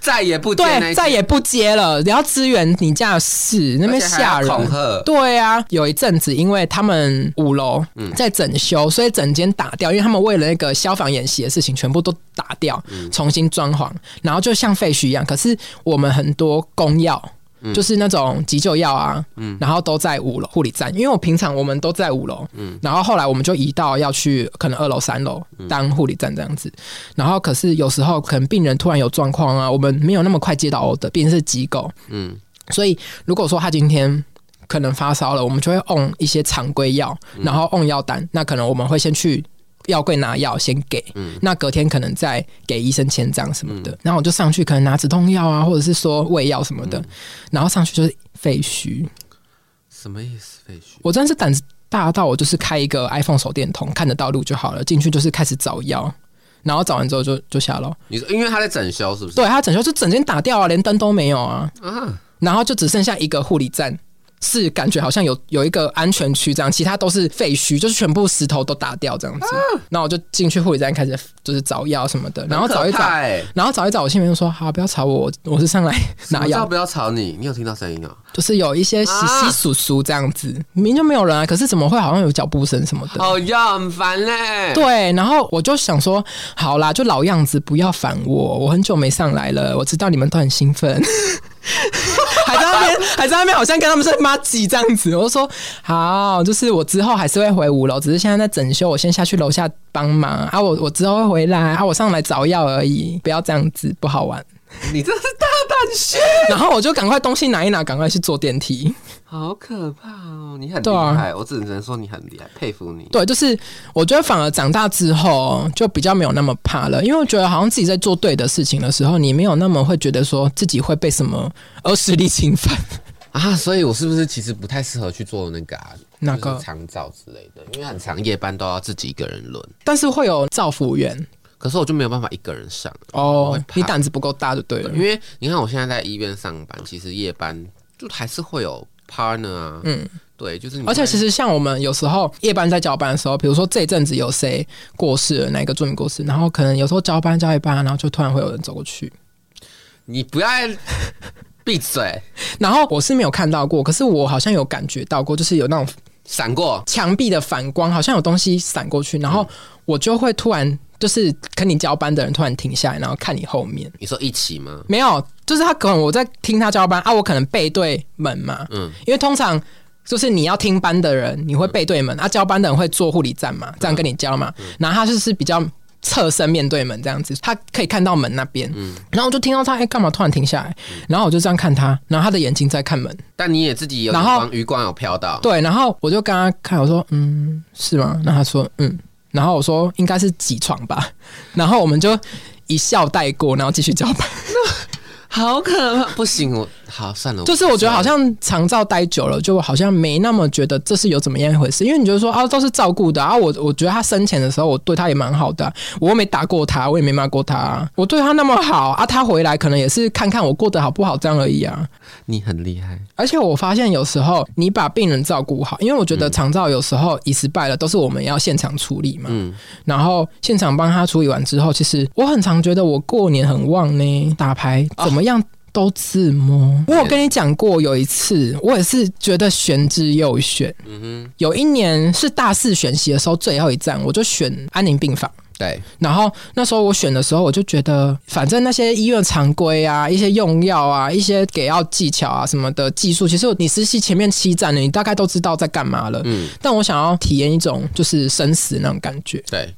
Speaker 1: 再也不接那
Speaker 2: 对，
Speaker 1: 一
Speaker 2: 再也不接了，你要支援你家的事，那
Speaker 1: 而
Speaker 2: 边
Speaker 1: 且还要
Speaker 2: 吓人，
Speaker 1: 恐吓，
Speaker 2: 对啊，有一阵子，因为他们五楼在整修，所以整间打掉，因为他们为了那个消防演习的事情，全部都打掉，重新装潢，然后就像废墟一样。可是我们很多公药。就是那种急救药啊，然后都在五楼护理站，因为我平常我们都在五楼，然后后来我们就移到要去可能二楼、三楼当护理站这样子，然后可是有时候可能病人突然有状况啊，我们没有那么快接到 order，毕竟是机构，
Speaker 1: 嗯，
Speaker 2: 所以如果说他今天可能发烧了，我们就会 on 一些常规药，然后 on 药单。那可能我们会先去药柜拿药，先给。那隔天可能再给医生签章什么的。然后我就上去，可能拿止痛药啊，或者是说胃药什么的。然后上去就是废墟，
Speaker 1: 什么意思？废墟？
Speaker 2: 我真的是胆子大到我就是开一个 iPhone 手电筒，看得到路就好了，进去就是开始找药，然后找完之后就就下楼。
Speaker 1: 你说因为他在整修是不是？
Speaker 2: 对他整修就整间打掉啊，连灯都没有啊，
Speaker 1: 啊，
Speaker 2: 然后就只剩下一个护理站。是感觉好像有有一个安全区这样，其他都是废墟，就是全部石头都打掉这样子。然后我就进去护理站开始就是找药什么的，然后找一
Speaker 1: 啊很可，
Speaker 2: 找
Speaker 1: 怕欸
Speaker 2: 然后找一找，我心里面就说：“好，不要吵我，我是上来拿
Speaker 1: 我知道
Speaker 2: 药。
Speaker 1: 不要吵你，你有听到声音哦、”
Speaker 2: 就是有一些稀
Speaker 1: 啊
Speaker 2: 稀疏疏这样子，明明就没有人啊，可是怎么会好像有脚步声什么的？
Speaker 1: 好呀，很烦嘞、
Speaker 2: 对，然后我就想说，好啦，就老样子，不要烦我，我很久没上来了，我知道你们都很兴奋。 还在那边， 还在那边，好像跟他们在妈挤这样子。我就说好，就是我之后还是会回五楼，只是现在在整修，我先下去楼下帮忙啊。我我之后会回来啊，我上来找药而已，不要这样子，不好玩。
Speaker 1: 你这是大胆些，
Speaker 2: 然后我就赶快东西拿一拿，赶快去坐电梯。
Speaker 1: 好可怕哦！你很厉
Speaker 2: 对啊
Speaker 1: 害，我只能说你很厉害，佩服你。
Speaker 2: 对，就是我觉得反而长大之后就比较没有那么怕了，因为我觉得好像自己在做对的事情的时候，你没有那么会觉得说自己会被什么恶势力侵犯。
Speaker 1: 啊，所以我是不是其实不太适合去做那个、啊、
Speaker 2: 哪个
Speaker 1: 就是长照之类的？因为很长夜班都要自己一个人轮，
Speaker 2: 但是会有造福员
Speaker 1: 可是我就没有办法一个人上啊我
Speaker 2: 哦
Speaker 1: 会怕，
Speaker 2: 你胆子不够大就对了。
Speaker 1: 因为你看我现在在医院上班，其实夜班就还是会有 partner 啊，嗯，对，就是你
Speaker 2: 而且其
Speaker 1: 实
Speaker 2: 实像我们有时候夜班在交班的时候，比如说这一阵子有谁过世了，哪一个住民过世，然后可能有时候交班交一班，然后就突然会有人走过去，
Speaker 1: 你不要再闭嘴，
Speaker 2: 然后我是没有看到过，可是我好像有感觉到过，就是有那种
Speaker 1: 闪过，
Speaker 2: 墙壁的反光，好像有东西闪过去，然后我就会突然就是跟你交班的人突然停下来，然后看你后面
Speaker 1: 你说一起吗？
Speaker 2: 没有，就是他可能我在听他交班啊，我可能背对门嘛，
Speaker 1: 嗯
Speaker 2: 因为通常。就是你要听班的人，你会背对门；啊，交班的人会做护理站嘛，这样跟你交嘛。然后他就是比较侧身面对门这样子，他可以看到门那边。然后我就听到他哎，诶干、嘛突然停下来？然后我就这样看他，然后他的眼睛在看门。
Speaker 1: 但你也自己有
Speaker 2: 然后
Speaker 1: 光余光有飘到，
Speaker 2: 对，然后我就跟他看，我说嗯是吗？那他说嗯，然后我说应该是几床吧，然后我们就一笑带过，然后继续交班。
Speaker 1: 好可怕，不行，我好算了，
Speaker 2: 就是我觉得好
Speaker 1: 像
Speaker 2: 像长照待久了，就好像没那么觉得这是有怎么样一回事，因为你就说啊都是照顾的啊，我我觉得他生前的时候我对他也蛮好的啊、我又没打过他，我也没骂过他啊、我对他那么好啊，他回来可能也是看看我过得好不好这样而已啊。
Speaker 1: 你很厉害，
Speaker 2: 而且我发现有时候你把病人照顾好，因为我觉得长照有时候已失败了，都是我们要现场处理嘛。
Speaker 1: 嗯
Speaker 2: 然后现场帮他处理完之后，其实我很常觉得我过年很旺呢，打牌怎么样都自摸。我有跟你讲过，有一次我也是觉得玄之又玄。
Speaker 1: 嗯哼，
Speaker 2: 有一年是大四选习的时候最后一站，我就选安宁病房。
Speaker 1: 对，
Speaker 2: 然后那时候我选的时候，我就觉得，反正那些医院常规啊、一些用药啊、一些给药技巧啊什么的技术，其实你实习前面七站了，你大概都知道在干嘛了。
Speaker 1: 嗯
Speaker 2: 但我想要体验一种就是生死那种感觉，
Speaker 1: 对，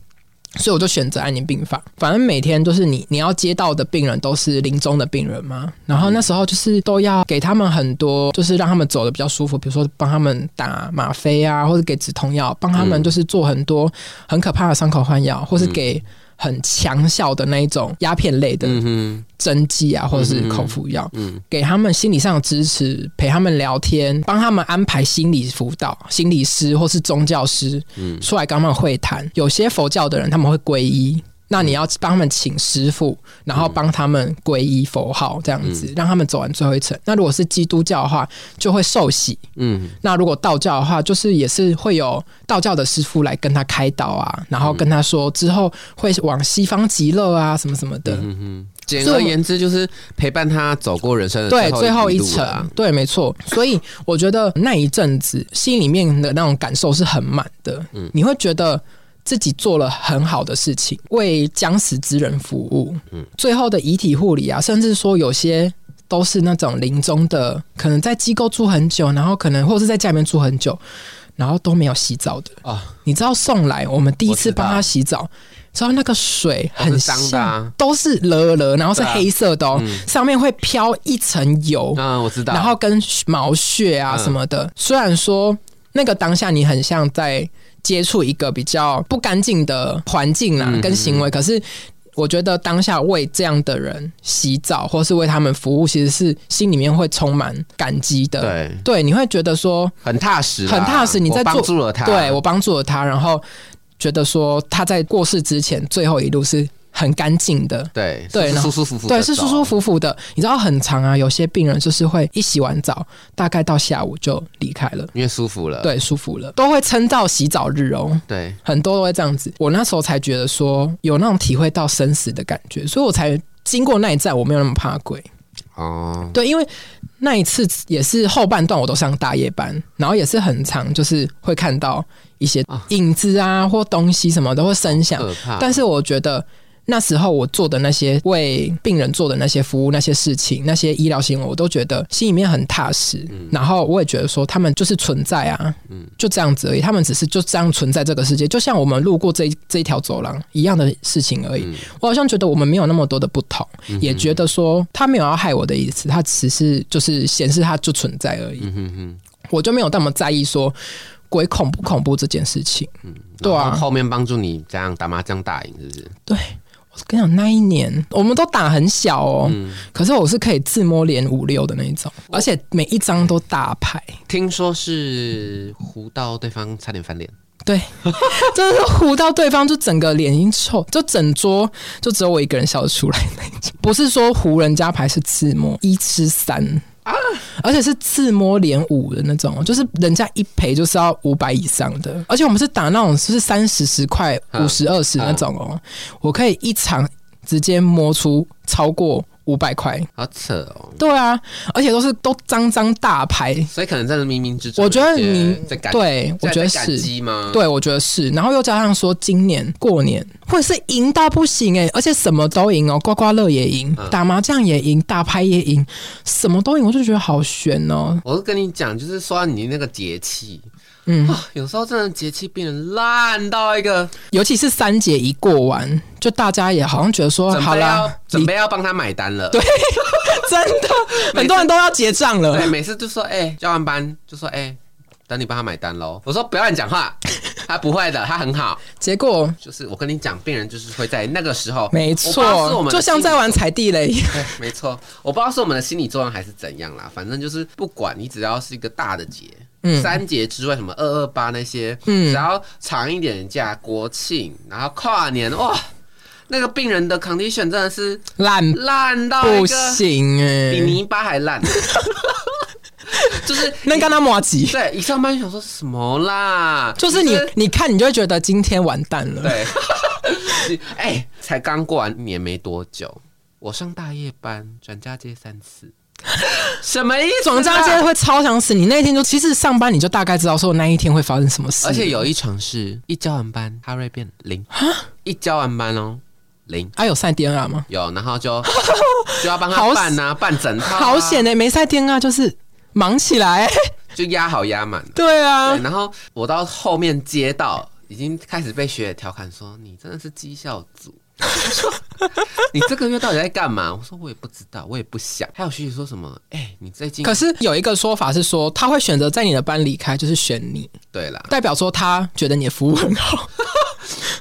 Speaker 2: 所以我就选择安宁病房。反正每天就是你你要接到的病人都是临终的病人嘛，然后那时候就是都要给他们很多，就是让他们走的比较舒服，比如说帮他们打吗啡啊，或者给止痛药，帮他
Speaker 1: 嗯
Speaker 2: 们就是做很多很可怕的伤口换药，或是给。很强效的那一种鸦片类的
Speaker 1: 嗯哼，
Speaker 2: 针剂啊，或者是口服药，
Speaker 1: 嗯
Speaker 2: 给他们心理上的支持，陪他们聊天，帮他们安排心理辅导、心理师或是宗教师，
Speaker 1: 嗯
Speaker 2: 出来跟他们会谈。有些佛教的人他们会皈依，
Speaker 1: 嗯
Speaker 2: 那你要帮他们请师傅，然后帮他们皈依佛号，这样
Speaker 1: 嗯
Speaker 2: 子、让他们走完最后一程。那如果是基督教的话，就会受洗。
Speaker 1: 嗯。
Speaker 2: 那如果道教的话，就是也是会有道教的师傅来跟他开导啊，然后跟他说之后会往西方极乐啊，什么什么的。
Speaker 1: 嗯哼，简
Speaker 2: 所以
Speaker 1: 而
Speaker 2: 我
Speaker 1: 言之就是陪伴他走过人生的
Speaker 2: 对，
Speaker 1: 最
Speaker 2: 最后
Speaker 1: 一啊
Speaker 2: 一
Speaker 1: 程。
Speaker 2: 层，对，没错。所以我觉得那一阵子心里面的那种感受是很满的，
Speaker 1: 嗯
Speaker 2: 你会觉得。自己做了很好的事情，为将死之人服务。
Speaker 1: 嗯
Speaker 2: 最后的遗体护理啊，甚至说有些都是那种临终的，可能在机构住很久，然后可能或是在家里面住很久，然后都没有洗澡的
Speaker 1: 啊
Speaker 2: 你知道送来我们第一次
Speaker 1: 我知道
Speaker 2: 帮他洗澡，知道那个水
Speaker 1: 都是
Speaker 2: 很
Speaker 1: 脏的啊
Speaker 2: 像，都是了了，然后是
Speaker 1: 对啊
Speaker 2: 黑色的哦，上面会飘一层油，
Speaker 1: 嗯，我知道。
Speaker 2: 然后跟毛屑啊
Speaker 1: 嗯
Speaker 2: 什么的。虽然说那个当下你很像在接触一个比较不干净的环境啦、
Speaker 1: 嗯
Speaker 2: 跟行为，可是。我觉得当下为这样的人洗澡，或是为他们服务，其实是心里面会充满感激的。
Speaker 1: 对，
Speaker 2: 对，你会觉得说
Speaker 1: 很踏实啊，
Speaker 2: 很踏实你在
Speaker 1: 我
Speaker 2: 做
Speaker 1: 帮助了他，
Speaker 2: 对我帮助了他，然后觉得说他在过世之前最后一路是很干净的，
Speaker 1: 对
Speaker 2: 对
Speaker 1: 是
Speaker 2: 然后
Speaker 1: 舒舒服服，
Speaker 2: 对，是舒舒。服服的。你知道很长啊，有些病人就是会一洗完澡，大概到下午就离开了，
Speaker 1: 因为舒服了，
Speaker 2: 对，舒服了，都会撑到洗澡日哦。
Speaker 1: 对，
Speaker 2: 很多都会这样子，我那时候才觉得说有那种体会到生死的感觉，所以我才经过那一站，我没有那么怕鬼。
Speaker 1: 哦，
Speaker 2: 对，因为那一次也是后半段我都上大夜班，然后也是很长，就是会看到一些
Speaker 1: 啊
Speaker 2: 影子啊或东西什么都会声响，
Speaker 1: 可怕。
Speaker 2: 但是我觉得那时候我做的那些为病人做的那些服务、那些事情、那些医疗行为，我都觉得心里面很踏实。然后我也觉得说他们就是存在啊，就这样子而已，他们只是就这样存在这个世界，就像我们路过这一这一条走廊一样的事情而已。我好像觉得我们没有那么多的不同，也觉得说他没有要害我的意思，他只是就是显示他就存在而已。
Speaker 1: 嗯哼哼，
Speaker 2: 我就没有那么在意说鬼恐不恐怖这件事情。对啊
Speaker 1: 然后后面帮助你这样打麻将打赢，是不是？
Speaker 2: 对，我跟你讲，那一年我们都打很小哦，可是我是可以自摸连五六的那一种，而且每一张都大牌，
Speaker 1: 听说是胡到对方差点翻脸，
Speaker 2: 对， 真的是糊到对方就整个脸已经臭，就整桌就只有我一个人笑得出来那一种。不是说糊人家牌，是自摸一吃三。
Speaker 1: 啊
Speaker 2: 而且是自摸连五的那种，就是人家一赔就是要五百以上的，而且我们是打那种就是三十十块、
Speaker 1: 嗯
Speaker 2: 五十二十那种
Speaker 1: 啊
Speaker 2: 哦，我可以一场直接摸出超过五百块，
Speaker 1: 好扯哦。
Speaker 2: 对啊，而且都是都张张大牌，
Speaker 1: 所以可能真的冥冥之中，
Speaker 2: 我觉得你
Speaker 1: 在感，
Speaker 2: 对我
Speaker 1: 在
Speaker 2: 觉得
Speaker 1: 在感
Speaker 2: 是。
Speaker 1: 激吗？，
Speaker 2: 对，我觉得是。然后又加上说，今年过年或者是赢到不行哎、而且什么都赢哦，刮刮乐也赢，
Speaker 1: 嗯
Speaker 2: 打麻将也赢，打牌也赢，什么都赢，我就觉得好悬哦。
Speaker 1: 我是跟你讲，就是说你那个节气
Speaker 2: 嗯，哦
Speaker 1: 啊，有时候真的节气变得烂到一个，
Speaker 2: 尤其是三节一过完，就大家也好像觉得说，
Speaker 1: 准
Speaker 2: 好
Speaker 1: 备要
Speaker 2: 啦，
Speaker 1: 准
Speaker 2: 你
Speaker 1: 备要帮他买单了。
Speaker 2: 对 真的很多人都要结账了
Speaker 1: 对，。每次就说哎、交完班就说哎、等你帮他买单喽。我说不要乱讲 话，他不会的，他很好。
Speaker 2: 结果
Speaker 1: 就是我跟你讲，病人就是会在那个时候，
Speaker 2: 没
Speaker 1: 我不知道是我
Speaker 2: 错，
Speaker 1: 们的
Speaker 2: 就像
Speaker 1: 心理
Speaker 2: 在玩踩地雷一样。
Speaker 1: 对， 没错，我不知道是我们的心理作用还是怎样啦，反正就是不管你只要是一个大的节，
Speaker 2: 嗯
Speaker 1: 三节之外什么二二八那些，
Speaker 2: 嗯
Speaker 1: 只要长一点的假，国庆，然后跨年，哇，那个病人的 condition 真的是
Speaker 2: 烂
Speaker 1: 烂到一
Speaker 2: 不
Speaker 1: 个
Speaker 2: 行哎、
Speaker 1: 比泥巴还烂， 就是
Speaker 2: 那跟他磨叽，
Speaker 1: 对，一上班就想说什么啦，
Speaker 2: 就是你你看你就会觉得今天完蛋 了。
Speaker 1: 对，你哎、才刚过完年没多久，我上大夜班，转嫁接三次，什么 意思啊？
Speaker 2: 爽家街会超想死。你那一天就其实上班你就大概知道说那一天会发生什么事，
Speaker 1: 而且有一场是一交完班，哈瑞变零，一交完班哦，零
Speaker 2: 啊有晒 DNR 吗？
Speaker 1: 有，然后 就就要帮
Speaker 2: 好
Speaker 1: 他办呐、啊，办整套啊、
Speaker 2: 好险呢、没晒 DNR 就是忙起来、
Speaker 1: 就压好压满。
Speaker 2: 对啊
Speaker 1: 对，，然后我到后面接到，已经开始被学姐调侃说：“你真的是绩效组。” 你这个月到底在干嘛？我说我也不知道，我也不想。还有学姐说什么？哎、你最近
Speaker 2: 可是有一个说法是说他会选择在你的班离开，就是选你，
Speaker 1: 对啦，
Speaker 2: 代表说他觉得你的服务很 好。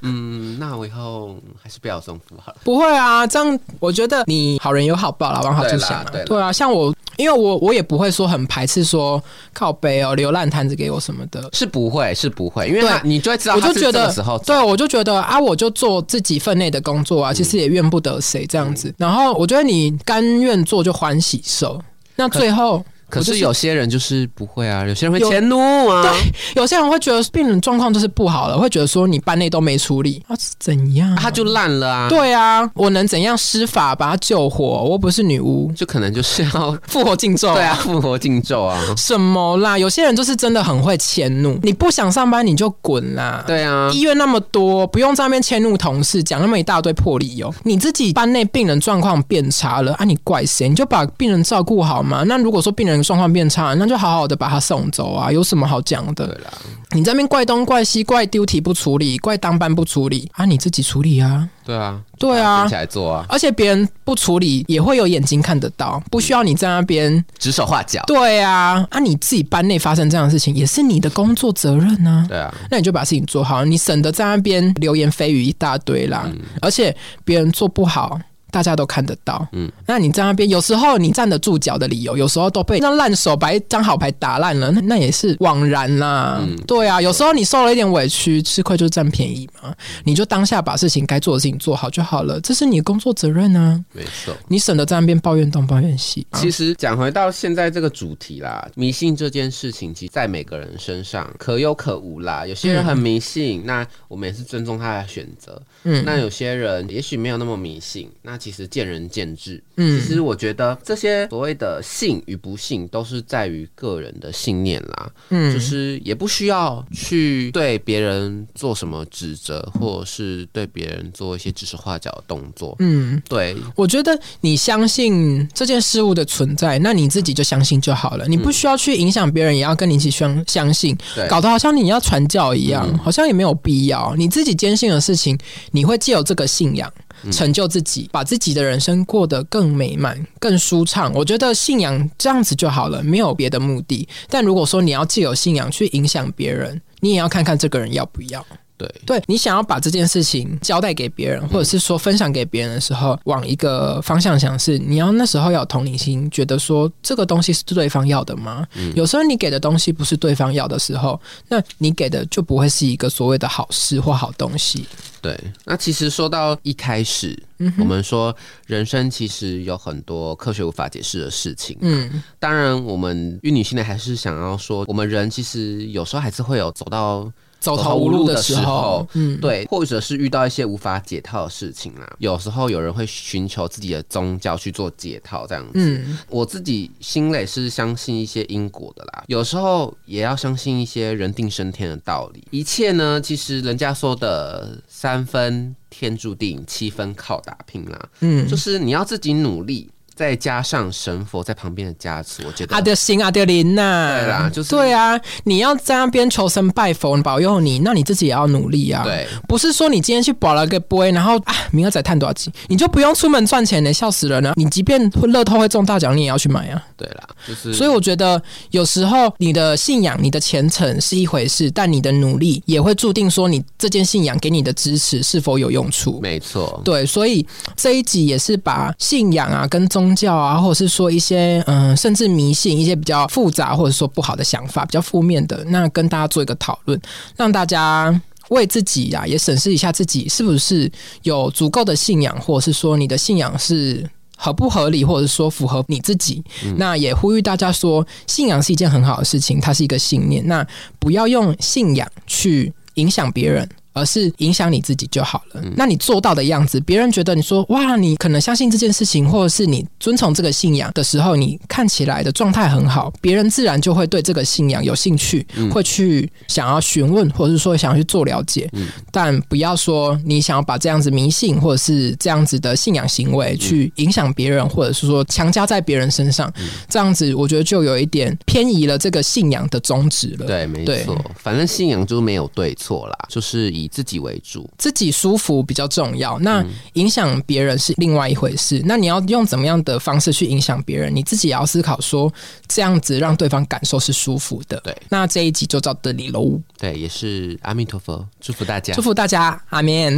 Speaker 1: 嗯，那我以后还是不要有这种符号了。
Speaker 2: 不会啊，这样我觉得你好人有好报啦，往好处想
Speaker 1: 对啦
Speaker 2: 啊
Speaker 1: 对啦
Speaker 2: 对啊，像我，因为我我也不会说很排斥说靠背哦，留烂摊子给我什么的。
Speaker 1: 是不会，是不会，因为
Speaker 2: 对
Speaker 1: 他你就会知道，
Speaker 2: 我就觉得
Speaker 1: 时候，
Speaker 2: 对，我就觉得啊，我就做自己分内的工作啊，其
Speaker 1: 嗯
Speaker 2: 实也怨不得谁这样子。然后我觉得你甘愿做就欢喜受。那最后，
Speaker 1: 可
Speaker 2: 我就是
Speaker 1: 有些人就是不会啊，有些人会
Speaker 2: 有
Speaker 1: 迁怒啊，
Speaker 2: 有些人会觉得病人状况就是不好了，会觉得说你班内都没处理，啊是怎样啊、
Speaker 1: 他就烂了啊，，
Speaker 2: 对啊，我能怎样施法把他救活？我又不是女巫，
Speaker 1: 就可能就是 要
Speaker 2: 复活敬咒、
Speaker 1: 对啊，。复活敬咒啊，
Speaker 2: 什么啦？有些人就是真的很会迁怒，你不想上班你就滚啦。
Speaker 1: 对啊，
Speaker 2: 医院那么多，不用在那边迁怒同事，讲那么一大堆破理由。你自己班内病人状况变差了啊，你怪谁？你就把病人照顾好嘛。那如果说病人人状况变差，那就好好的把他送走啊，有什么好讲的？
Speaker 1: 对啦，
Speaker 2: 你在那边怪东怪西，怪丢体不处理，怪当班不处理啊，你自己处理啊。
Speaker 1: 对啊，
Speaker 2: 对
Speaker 1: 把它
Speaker 2: 啊
Speaker 1: 捡起，来做啊，
Speaker 2: 而且别人不处理也会有眼睛看得到，不需要你在那边。
Speaker 1: 指手画脚。
Speaker 2: 对啊，啊，你自己班内发生这样的事情也是你的工作责任啊。
Speaker 1: 对啊，
Speaker 2: 那你就把事情做好，你省得在那边流言蜚语一大堆啦。
Speaker 1: 嗯
Speaker 2: 而且别人做不好，大家都看得到。嗯
Speaker 1: 嗯，
Speaker 2: 那你在那边有时候你站得住脚的理由，有时候都被那烂手把一张好牌打烂了，那那也是枉然啦。
Speaker 1: 嗯
Speaker 2: 对啊，有时候你受了一点委屈，吃亏就是占便宜嘛。你就当下把事情该做的事情做好就好了，这是你的工作责任啊。
Speaker 1: 没错。
Speaker 2: 你省得在那边抱怨东抱怨西、啊。
Speaker 1: 其实讲回到现在这个主题啦，迷信这件事情，其实在每个人身上可有可无啦。有些人很迷信，那我们也是尊重他的选择。
Speaker 2: 嗯
Speaker 1: 嗯，那有些人也许没有那么迷信，那其实见仁见智。嗯，
Speaker 2: 嗯
Speaker 1: 其实我觉得这些所谓的信与不信，都是在于个人的信念啦。
Speaker 2: 嗯
Speaker 1: 嗯，就是也不需要去对别人做什么指责，或者是对别人做一些指手画脚的动作。
Speaker 2: 嗯，
Speaker 1: 对，
Speaker 2: 我觉得你相信这件事物的存在，那你自己就相信就好了，你不需要去影响别人，也要跟你一起相相信，
Speaker 1: 对
Speaker 2: 搞得好像你要传教一样，好像也没有必要。你自己坚信的事情，你会借由这个信仰。成就自己，把自己的人生过得更美满、更舒畅。我觉得信仰这样子就好了，没有别的目的。但如果说你要借由信仰去影响别人，你也要看看这个人要不要。
Speaker 1: 对，
Speaker 2: 对你想要把这件事情交代给别人，或者是说分享给别人的时候，往一个方向想是，你要那时候要有同理心，觉得说这个东西是对方要的吗？有时候你给的东西不是对方要的时候，那你给的就不会是一个所谓的好事或好东西。
Speaker 1: 对，那其实说到一开始，我们说人生其实有很多科学无法解释的事情。
Speaker 2: 嗯
Speaker 1: 当然，我们玉女心呢还是想要说，我们人其实有时候还是会有走到
Speaker 2: 走投
Speaker 1: 投
Speaker 2: 无
Speaker 1: 无
Speaker 2: 路
Speaker 1: 路
Speaker 2: 的
Speaker 1: 的
Speaker 2: 时
Speaker 1: 时
Speaker 2: 候
Speaker 1: 候，
Speaker 2: 嗯，
Speaker 1: 对，或者是遇到一些无法解套的事情啦。有时候有人会寻求自己的宗教去做解套，这样子。
Speaker 2: 嗯
Speaker 1: 我自己心累是相信一些因果的啦，有时候也要相信一些人定胜天的道理。一切呢，其实人家说的三分天注定，七分靠打拼啦，
Speaker 2: 嗯
Speaker 1: 就，是你要自己努力，再加上神佛在旁边的加持，我觉得
Speaker 2: 阿德心阿德啊林呐，
Speaker 1: 对啦就是
Speaker 2: 对啊，你要在那边求神拜佛保佑你，那你自己也要努力啊。。
Speaker 1: 对。
Speaker 2: 不是说你今天去保了个杯，然后啊，明儿再探多少集，你就不用出门赚钱了，笑死人了。你即便乐透会中大奖，你也要去买啊。
Speaker 1: 对啦，就是
Speaker 2: 所以我觉得有时候你的信仰、你的虔诚是一回事，但你的努力也会注定说你这件信仰给你的支持是否有用处。
Speaker 1: 没错，
Speaker 2: 对，所以这一集也是把信仰啊、跟宗教啊，或者是说一些嗯、甚至迷信一些比较复杂或者说不好的想法、比较负面的，那跟大家做一个讨论，让大家。为自己啊，也审视一下自己是不是有足够的信仰，或者是说你的信仰是合不合理，或者说符合你自己。那也呼吁大家说，信仰是一件很好的事情，它是一个信念。那不要用信仰去影响别人。而是影响你自己就好了。那你做到的样子，别人觉得你说哇，你可能相信这件事情，或者是你遵从这个信仰的时候，你看起来的状态很好，别人自然就会对这个信仰有兴趣，会去想要询问，或者是说想要去做了解。但不要说你想要把这样子迷信或者是这样子的信仰行为去影响别人，或者是说强加在别人身上，
Speaker 1: 嗯
Speaker 2: 这样子我觉得就有一点偏移了这个信仰的宗旨了。
Speaker 1: 对，没
Speaker 2: 对
Speaker 1: 错，反正信仰就是没有对错啦，就是以自己为主。
Speaker 2: 自己舒服比较重要，那影响别人是另外一回事。那你要用怎么样的方式去影响别人，你自己也要思考说，这样子让对方感受是舒服的。
Speaker 1: 对，
Speaker 2: 那这一集就到这里喽，
Speaker 1: 对，也是阿弥陀佛，祝福大家
Speaker 2: 祝。福大家，阿面。